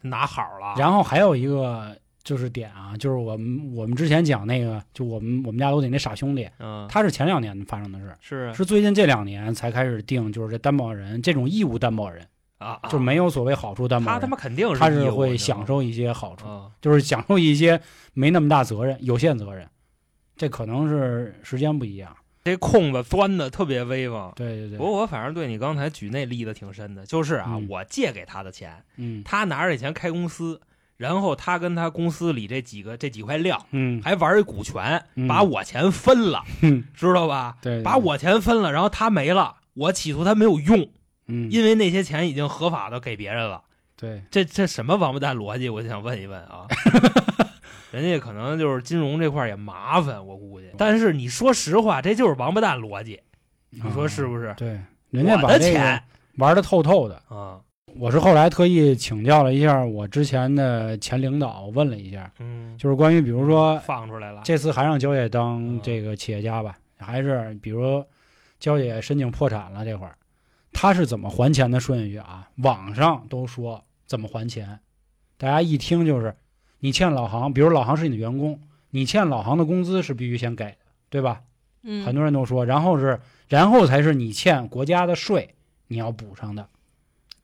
B: 拿好了，
A: 然后还有一个就是点啊，就是我们我们之前讲那个，就我们我们家楼顶那傻兄弟，
B: 嗯，
A: 他是前两年发生的事，
B: 是
A: 是最近这两年才开始定，就是这担保人这种义务担保人，
B: 啊，
A: 就没有所谓好处担保
B: 他
A: 人，
B: 他妈肯定
A: 他
B: 义
A: 是
B: 务
A: 会
B: 的
A: 享受一些好处，
B: 啊，
A: 就是享受一些没那么大责任、有限责任，这可能是时间不一样。
B: 这空子钻的特别威风。
A: 对对
B: 不
A: 对，
B: 过我反正对你刚才举那例子挺深的，就是啊，
A: 嗯
B: 我借给他的钱，
A: 嗯
B: 他拿着这钱开公司，然后他跟他公司里这几个这几块料
A: 嗯，
B: 还玩一股权，
A: 嗯
B: 把我钱分了，
A: 嗯
B: 知道吧？
A: 对，对
B: 把我钱分了，然后他没了，我起诉他没有用，
A: 嗯
B: 因为那些钱已经合法的给别人了。
A: 对
B: 这这什么王八蛋逻辑？我就想问一问 啊。人家可能就是金融这块儿也麻烦，我估
A: 嗯
B: 计。但是你说实话，这就是王八蛋逻辑，你说是
A: 是？
B: 不是？
A: 啊对，嗯人家
B: 我
A: 把
B: 的
A: 这
B: 钱
A: 个玩的透透的。
B: 啊，
A: 我是后来特意请教了一下我之前的前领导，我问了一下，
B: 嗯，
A: 就是关于比如说
B: 放出来了。
A: 这次还让焦姐
B: 嗯
A: 当这个企业家吧，还是比如焦姐申请破产了这会儿，她是怎么还钱的顺序啊？网上都说怎么还钱，大家一听就是你欠老行，比如老行是你的员工，你欠老行的工资是必须先给的，对吧？
C: 嗯，
A: 很多人都说，然后是然后才是你欠国家的税，你要补上的。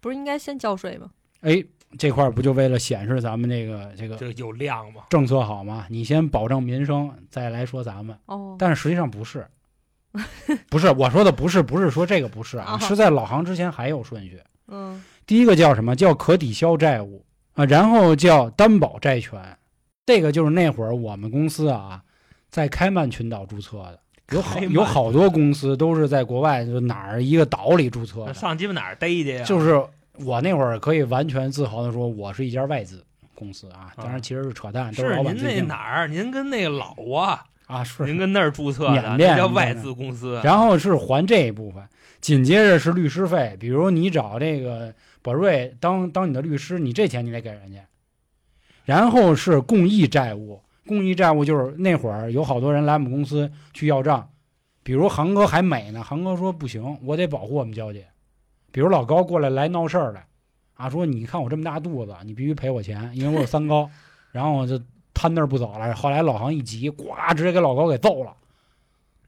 C: 不是应该先交税吗？
A: 哎，这块儿不就为了显示咱们这个这个
B: 这有量吗？
A: 政策好吗？你先保证民生，再来说咱们。
C: 哦，
A: 但是实际上不是，不是我说的不是，不是说这个不是啊，
B: 哦
C: 啊
A: 是在老行之前还有顺序。
C: 嗯，
A: 第一个叫什么？叫可抵消债务啊，然后叫担保债权。这个就是那会儿我们公司啊，在开曼群岛注册的，有好
B: 开曼
A: 有好多公司都是在国外就哪儿一个岛里注册
B: 那
A: 的，
B: 上鸡巴哪儿逮去呀？
A: 就是我那会儿可以完全自豪的说，我是一家外资公司啊，当然其实是扯淡，都
B: 是
A: 老板
B: 您
A: 自己
B: 那
A: 定的
B: 哪儿？您跟那个老啊，
A: 啊，是
B: 您跟那儿注册的，
A: 缅
B: 这
A: 甸
B: 叫外资公司。
A: 然后是还这一部分，紧接着是律师费，比如你找这个宝瑞当当你的律师，你这钱你得给人家。然后是共益债务，共益债务就是那会儿有好多人来我们公司去要账，比如航哥还美呢，航哥说不行，我得保护我们娇姐。比如老高过来来闹事儿来，啊，说你看我这么大肚子，你必须赔我钱，因为我有三高，然后我就瘫那儿不走了。后来老航一急，呱，直接给老高给揍了。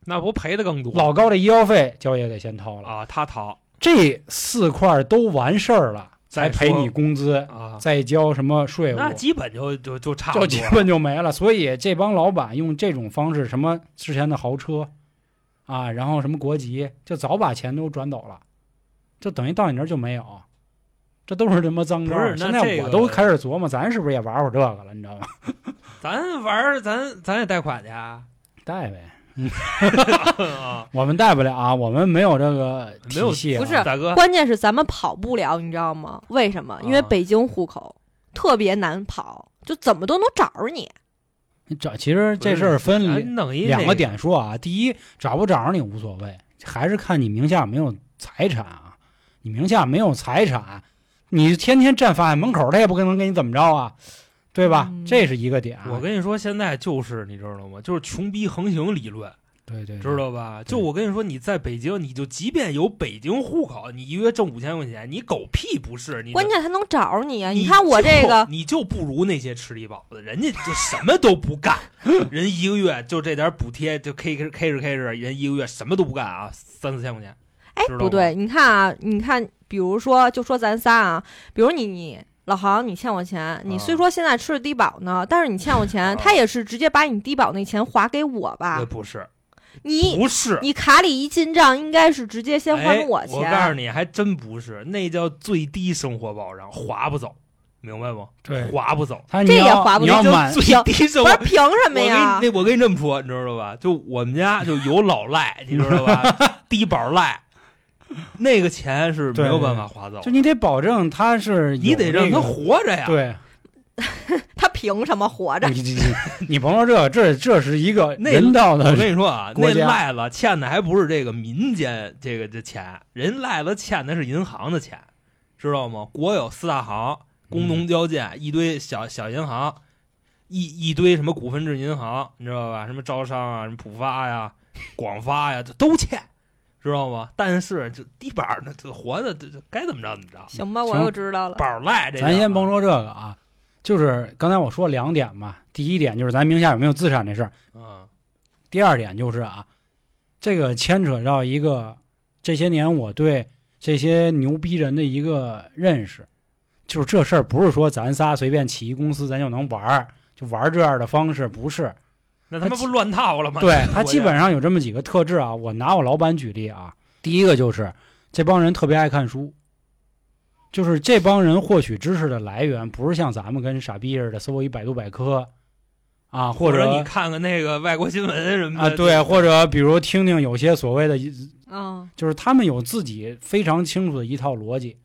B: 那不赔的更多
A: 老高这医药费，交也给先掏了。
B: 啊？他掏
A: 这四块都完事儿了，
B: 再
A: 再
B: 说
A: 赔你工资，
B: 啊，
A: 再交什么税务，
B: 那基本就就就差不
A: 就
B: 多
A: 基本就没了。所以这帮老板用这种方式，什么之前的豪车啊，然后什么国籍，就早把钱都转走了，就等于到你那儿就没有。这都是他妈脏招儿！
B: 不是
A: 现
B: 那
A: 在
B: 这
A: 我
B: 个
A: 都开始琢磨，咱是不是也玩会儿这个了？你知道 吗？
B: 咱玩儿，咱咱也贷款去啊，
A: 带 呗，我们带不了啊，我们没有这个
B: 没有
A: 体系啊、
C: 不是
B: 大哥。
C: 关键是咱们跑不了，你知道吗？为什么？因为
B: 啊
C: 北京户口特别难跑，就怎么都能找着你。
A: 你找，其实这事儿分
B: 咱弄一
A: 两
B: 那
A: 个，点说啊，第一，找不找着你无所谓，还是看你名下有没有财产啊。你名下没有财产，你天天站法院门口，他也不可能给你怎么着啊，对吧？
C: 嗯
A: 这是一个点。啊
B: 我跟你说，现在就是你知道吗？就是穷逼横行理论，
C: 哎
A: 对对对
B: 知道吧？
A: 对
B: 就我跟你说，你在北京，你就即便有北京户口，你一月挣五千块钱，你狗屁不是。你
C: 关键他能找着你啊！
B: 你
C: 你看我这个
B: 就，你就不如那些吃力饱的，人家就什么都不 干，人一个月就这点补贴就 K K K 着 K 着，人一个月什么都不干啊，三四千块钱。
C: 哎
B: 知道，
C: 不对，你看啊，你看，比如说，就说咱仨啊，比如你你老航，你欠我钱，你虽
B: 啊
C: 说现在吃着低保呢，但是你欠我钱，他也是直接把你低保那钱划给我吧
B: 那？呃不是，
C: 你
B: 不是，
C: 你卡里一进账，应该是直接先
B: 哎
C: 还
B: 我
C: 钱。
B: 告诉你，还真不是，那叫最低生活保障，划不走，明白吗？
A: 对，
B: 划不走，
A: 他
C: 这也划
A: 要
C: 不
A: 你要
C: 着
A: 满
B: 最低生
C: 嗯不
B: 活
C: 是。凭什
B: 我
C: 么
B: 跟你
C: 呀？
B: 那我跟你这么说，你知道吧？就我们家就有老赖，你知道吧？低保赖，那个钱是没有办法划走的
A: 就，你得保证他是有
B: 你得让
A: 那
B: 他
A: 个
B: 活着呀。
A: 对，
C: 他凭什么活着？
A: 你你你你甭说这个，这这是一个
B: 那
A: 人道
B: 我
A: 的，
B: 跟你说啊，
A: 国
B: 那
A: 家
B: 赖子欠的还不是这个民间这个这钱，人赖子欠的是银行的钱，知道吗？国有四大行，工
A: 嗯
B: 农交建、一堆小小银行，一一堆什么股份制银行，你知道吧？什么招商啊，什么浦发呀、广发呀，这都欠，知道吗？但是就地板儿呢，这活的这这该怎么着怎么着，
C: 行吧，我
A: 行
C: 又知道了。
B: 板赖这。
A: 咱先甭，说这个啊，就是刚才我说两点嘛，第一点就是咱名下有没有资产这事儿。
B: 嗯，
A: 第二点就是啊，这个牵扯到一个这些年我对这些牛逼人的一个认识，就是这事儿不是说咱仨随便起一公司咱就能玩儿，就玩儿这样的方式不 是。
B: 那他妈不乱套了吗？
A: 对他基本上有这么几个特质啊，我拿我老板举例啊，第一个就是这帮人特别爱看书。就是这帮人获取知识的来源，不是像咱们跟傻逼似的搜一百度百科，啊，
B: 或
A: 或
B: 者
A: 者
B: 你看看那个外国新闻什么
A: 啊，
B: 的，
A: 对，或者比如听听有些所谓的
C: 嗯，
A: 就是他们有自己非常清楚的一套逻辑。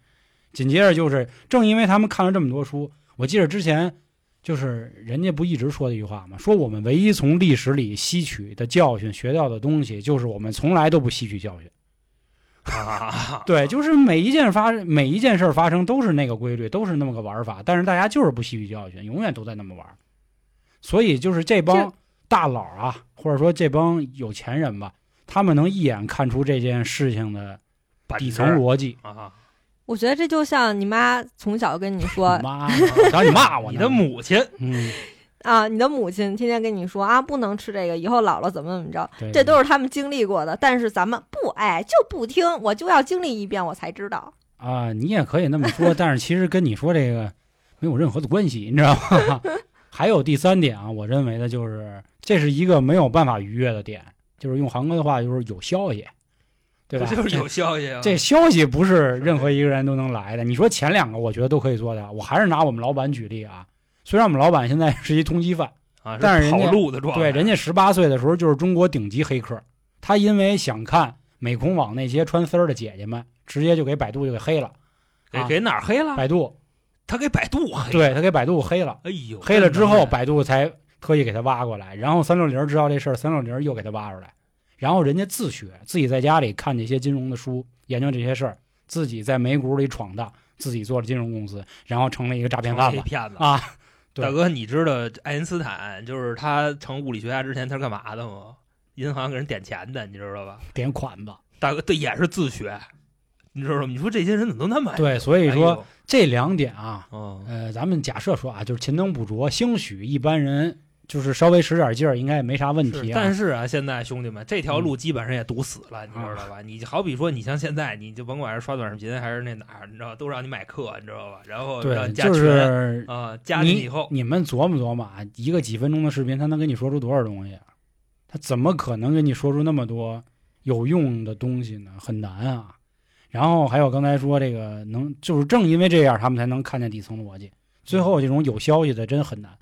A: 紧接着就是，正因为他们看了这么多书，我记得之前就是人家不一直说的一句话嘛，说我们唯一从历史里吸取的教训、学到的东西，就是我们从来都不吸取教训。
B: 啊，
A: 对，就是每一件发每一件事儿发生都是那个规律，都是那么个玩法，但是大家就是不吸取教训，永远都在那么玩儿。所以就是这帮
C: 这
A: 大佬啊，或者说这帮有钱人吧，他们能一眼看出这件事情的
B: 板
A: 底
B: 正
A: 层逻辑。
B: 啊，
C: 我觉得这就像你妈从小跟你 说
A: 你 妈， 让你骂我
B: 你
A: 呢
B: 的，母亲，
A: 嗯，
C: 啊，你的母亲天天跟你说啊，不能吃这个，以后老了怎么怎么着，
A: 对
C: 这都是他们经历过的。但是咱们不爱就不听，我就要经历一遍我才知道。
A: 啊，你也可以那么说，但是其实跟你说这个没有任何的关系，你知道吗？ 还有第三点啊，我认为的就是这是一个没有办法逾越的点，就是用航哥的话就是有消息，对吧？
B: 就是有消息啊。
A: 这消息不是任何一个人都能来的。你说前两个，我觉得都可以做到。我还是拿我们老板举例啊，虽然我们老板现在是一通缉犯，
B: 啊，
A: 但是人家
B: 跑路的状态，
A: 对，人家十八岁的时候就是中国顶级黑客，他因为想看美空网那些穿丝儿的姐姐们，直接就给百度就给黑了。
B: 给
A: 啊
B: 给哪儿黑了？
A: 百度，
B: 他给百度黑。
A: 对他给百度黑了，
B: 哎呦，
A: 黑了之后，
B: 百
A: 百度才特意给他挖过来，然后三六零知道这事儿，三六零又给他挖出来，然后人家自学，自己在家里看这些金融的书，研究这些事儿，自己在美股里闯荡，自己做了金融公司，然后成了一个诈骗犯了
B: 骗子
A: 啊！对
B: 大哥，你知道爱因斯坦就是他成物理学家之前他是干嘛的吗？银行给人点钱的，你知道吧？
A: 点款吧。
B: 大哥，对，也是自学，你知道吗？你说这些人怎么都那么……
A: 对，所
B: 哎
A: 以
B: 呦，
A: 说这两点啊，
B: 嗯，
A: 呃，咱们假设说啊，就是勤能补拙，兴许一般人就是稍微使点劲儿，应该也没啥问
B: 是
A: 题、啊。
B: 但是啊，现在兄弟们，这条路基本上也堵死了，你知道
A: 嗯
B: 吧？你好比说，你像现在，你就甭管是刷短视频还是那哪儿，你知道吧，都让你买课，你知道吧？然后让
A: 对，
B: 你加群
A: 就
B: 啊、
A: 是
B: 加进去以后，
A: 你们琢磨琢磨啊，一个几分钟的视频，他能跟你说出多少东西啊？他怎么可能跟你说出那么多有用的东西呢？很难啊。然后还有刚才说这个能，就是正因为这样，他们才能看见底层逻辑。最后这种有消息的真很难，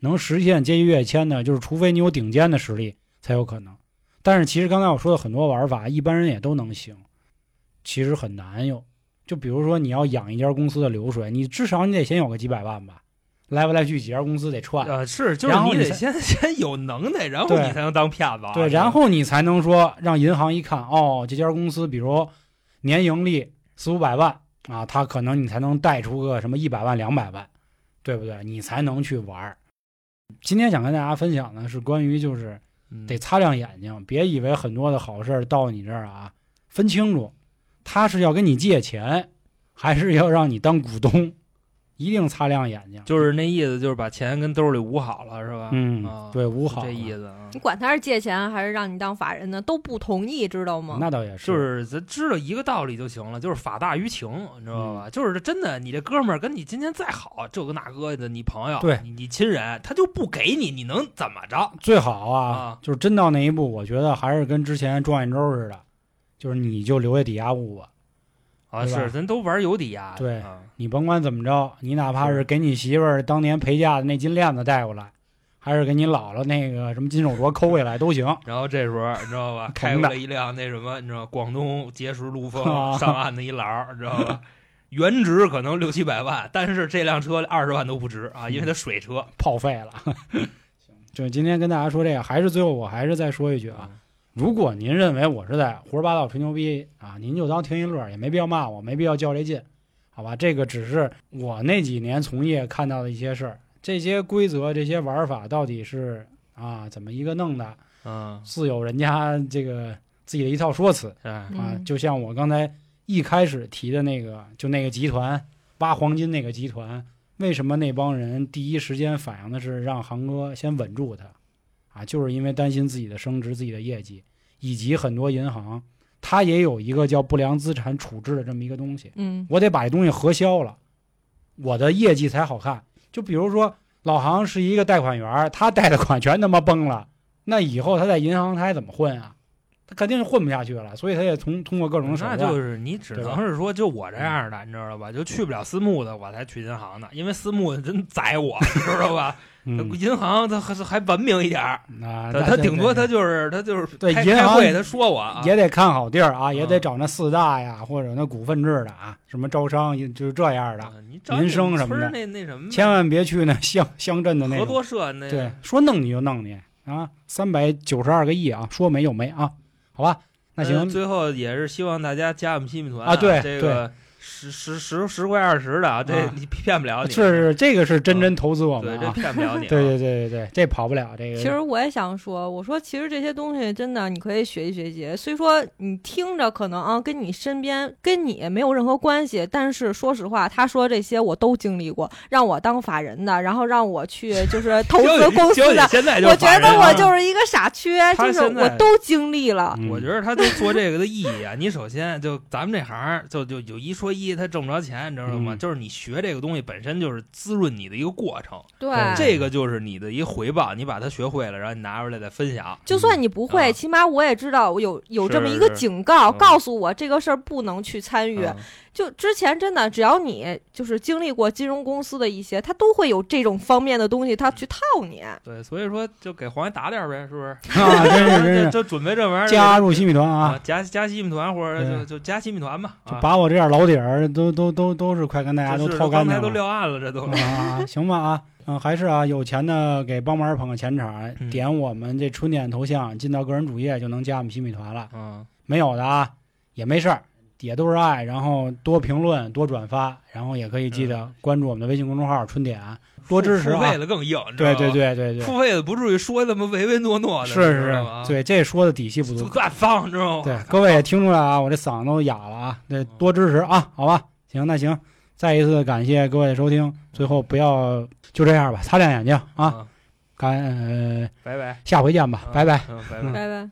A: 能实现阶级跃迁的，就是除非你有顶尖的实力才有可能。但是其实刚才我说的很多玩法，一般人也都能行，其实很难有。就比如说你要养一家公司的流水，你至少你得先有个几百万吧，来不来去几家公司得串，
B: 呃，是就是
A: 然后
B: 你
A: 你
B: 得
A: 才
B: 先先有能耐，然后
A: 对
B: 你才能当骗子啊。
A: 对，
B: 你知道
A: 然
B: 吗
A: 后你才能说让银行一看，哦，这家公司比如年盈利四五百万啊，它可能你才能贷出个什么一百万、两百万，对不对？你才能去玩儿。今天想跟大家分享的是关于就是
B: 嗯
A: 得擦亮眼睛，别以为很多的好事儿到你这儿啊，分清楚，他是要跟你借钱，还是要让你当股东，一定擦亮眼睛。
B: 就是那意思，就是把钱跟兜里捂好了，是吧？啊
A: 嗯，对，五好
B: 这
A: 了
B: 意思啊
C: 你。管他是借钱还是让你当法人呢，都不同意，知道吗？
A: 那啊倒也是，
B: 就是咱知道一个道理就行了，就是法大于情，你知道
A: 嗯
B: 吧？就是真的，你这哥们儿跟你今天再好，这个那个的，你朋友，
A: 对
B: 你你亲人，他就不给你，你能怎么着？
A: 最好啊，
B: 啊
A: 就是真到那一步，我觉得还是跟之前庄远洲似的，就是你就留下抵押物吧，
B: 啊，
A: 对吧
B: 是，咱都玩有抵押的，
A: 对
B: 啊
A: 你甭管怎么着，你哪怕
B: 是
A: 是给你媳妇儿当年陪嫁的那金链子带过来，还是给你姥姥那个什么金手镯抠回来都行。
B: 然后这时候你知 道吧，开
A: 疼的
B: 过来一辆那什么，你知道广东碣石 陆风
A: 啊
B: 上岸的一劳儿，你知道吧？原值可能六七百万，但是这辆车二十万都不值啊，因为它水车。
A: 泡废了。 就今天跟大家说这个，还是最后我还是再说一句
B: 嗯
A: 啊，如果您认为我是在胡说八道吹牛逼啊，您就当听一乐儿，也没必要骂我，没必要较这劲，好吧？这个只是我那几年从业看到的一些事儿，这些规则、这些玩法到底是啊怎么一个弄的，
B: 嗯，
A: 自有人家这个自己的一套说辞
B: 哎，
A: 啊。
C: 嗯
A: 就像我刚才一开始提的那个，就那个集团挖黄金那个集团，为什么那帮人第一时间反应的是让航哥先稳住他啊？就是因为担心自己的升值、自己的业绩，以及很多银行它也有一个叫不良资产处置的这么一个东西，
C: 嗯
A: 我得把这东西核销了，我的业绩才好看。就比如说老航是一个贷款员儿，他贷的款全他妈崩了，那以后他在银行他还怎么混啊？他肯定是混不下去了，所以他也从通过各种手
B: 那
A: 段，
B: 就是你只
A: 对吧
B: 能是说，就我这样的，你知道吧？就去不了私募的，我才去银行的，因为私募真宰我，你知道吧？
A: 嗯，
B: 银行它还是还文明一点儿，
A: 啊，
B: 它
A: 那
B: 它
A: 这
B: 顶多
A: 这
B: 它就是它就是
A: 对
B: 开
A: 银
B: 开
A: 行
B: 会，它说我啊，
A: 也得看好地儿啊，也
B: 啊
A: 得找那四大呀，或者那股份制的啊，什么招商就是这样的，
B: 啊你找
A: 民
B: 你
A: 生
B: 们
A: 什么
B: 村
A: 的
B: 儿那那什么呗
A: 千万别去那乡乡镇的那
B: 嗯合
A: 种。
B: 作社那
A: 对，说弄你就弄你啊，三百九十二个亿啊，说没就没啊，好吧，那
B: 呃
A: 行，
B: 最后也是希望大家加我们新米团
A: 啊对
B: 这个十十十十块二十的啊，这
A: 啊
B: 你骗不了你，嗯
A: 是这个是真真投资我
B: 对，
A: 们
B: 这
A: 啊，
B: 骗不了你啊，
A: 对对对对对，这跑不了这个。
C: 其实我也想说，我说其实这些东西真的，你可以学习学习。虽说你听着可能啊，跟你身边跟你没有任何关系，但是说实话，他说这些我都经历过，让我当法人的，然后让我去就是投 资公司
B: 娇姐
C: 的，
B: 现在就
C: 我觉
B: 烦人
C: 得
B: 啊
C: 我就是一个傻缺，
B: 他
C: 就是
B: 现在
C: 我都经历了。
A: 嗯
B: 我觉得他就做这个的意义啊，你首先就咱们这行儿就就有一说一，他挣不着钱，你知道吗？
A: 嗯
B: 就是你学这个东西本身就是滋润你的一个过程，
C: 对，
A: 对
B: 这个就是你的一个回报，你把它学会了，然后你拿出来再分享。
C: 就算你不会，
B: 啊
C: 起码我也知道我有有这么一个
B: 是是
C: 警告，
B: 嗯
C: 告诉我这个事儿不能去参与。
B: 嗯
C: 就之前真的，只要你就是经历过金融公司的一些，他都会有这种方面的东西，他去套你。
B: 对，所以说就给黄爷打点儿呗，是不 是？
A: 啊，真是真
B: 这
A: 是
B: 这准备这玩意儿
A: 加入新米团
B: 啊
A: 啊，，
B: 加加西米团或者
A: 对
B: 就就加西米团吧，
A: 就
B: 啊
A: 把我这样老底儿都都都都是快跟大家都
B: 这是
A: 掏干
B: 刚
A: 净
B: 才
A: 了，
B: 都撂案了，这都
A: 啊啊，啊行吧啊，嗯，还是啊，有钱的给帮忙捧个钱场，
B: 嗯
A: 点我们这春点头像，进到个人主页就能加我们新米团了。
B: 嗯，
A: 没有的啊，也没事儿，也都是爱，然后多评论，多转发，然后也可以记得关注我们的微信公众号“春点”，多支持
B: 嗯付
A: 啊
B: 费。的更硬，你知
A: 对
B: 道吧
A: 对，对对对，
B: 付费的不至于说那么唯唯诺诺的，啊
A: 是
B: 你知
A: 是
B: 道吧，
A: 对，这说的底气不
B: 就
A: 足。
B: 敢放，知道吗？
A: 对，各位也听出来啊，我这嗓子都哑了啊，
B: 嗯
A: 对，多支持啊，好吧，行，那行，再一次感谢各位的收听，最后不要就这样吧，擦亮眼睛啊，
B: 啊，
A: 感。呃
B: 拜拜，
A: 下回见吧，拜拜。
B: 嗯，拜拜
A: 嗯。
C: 拜拜。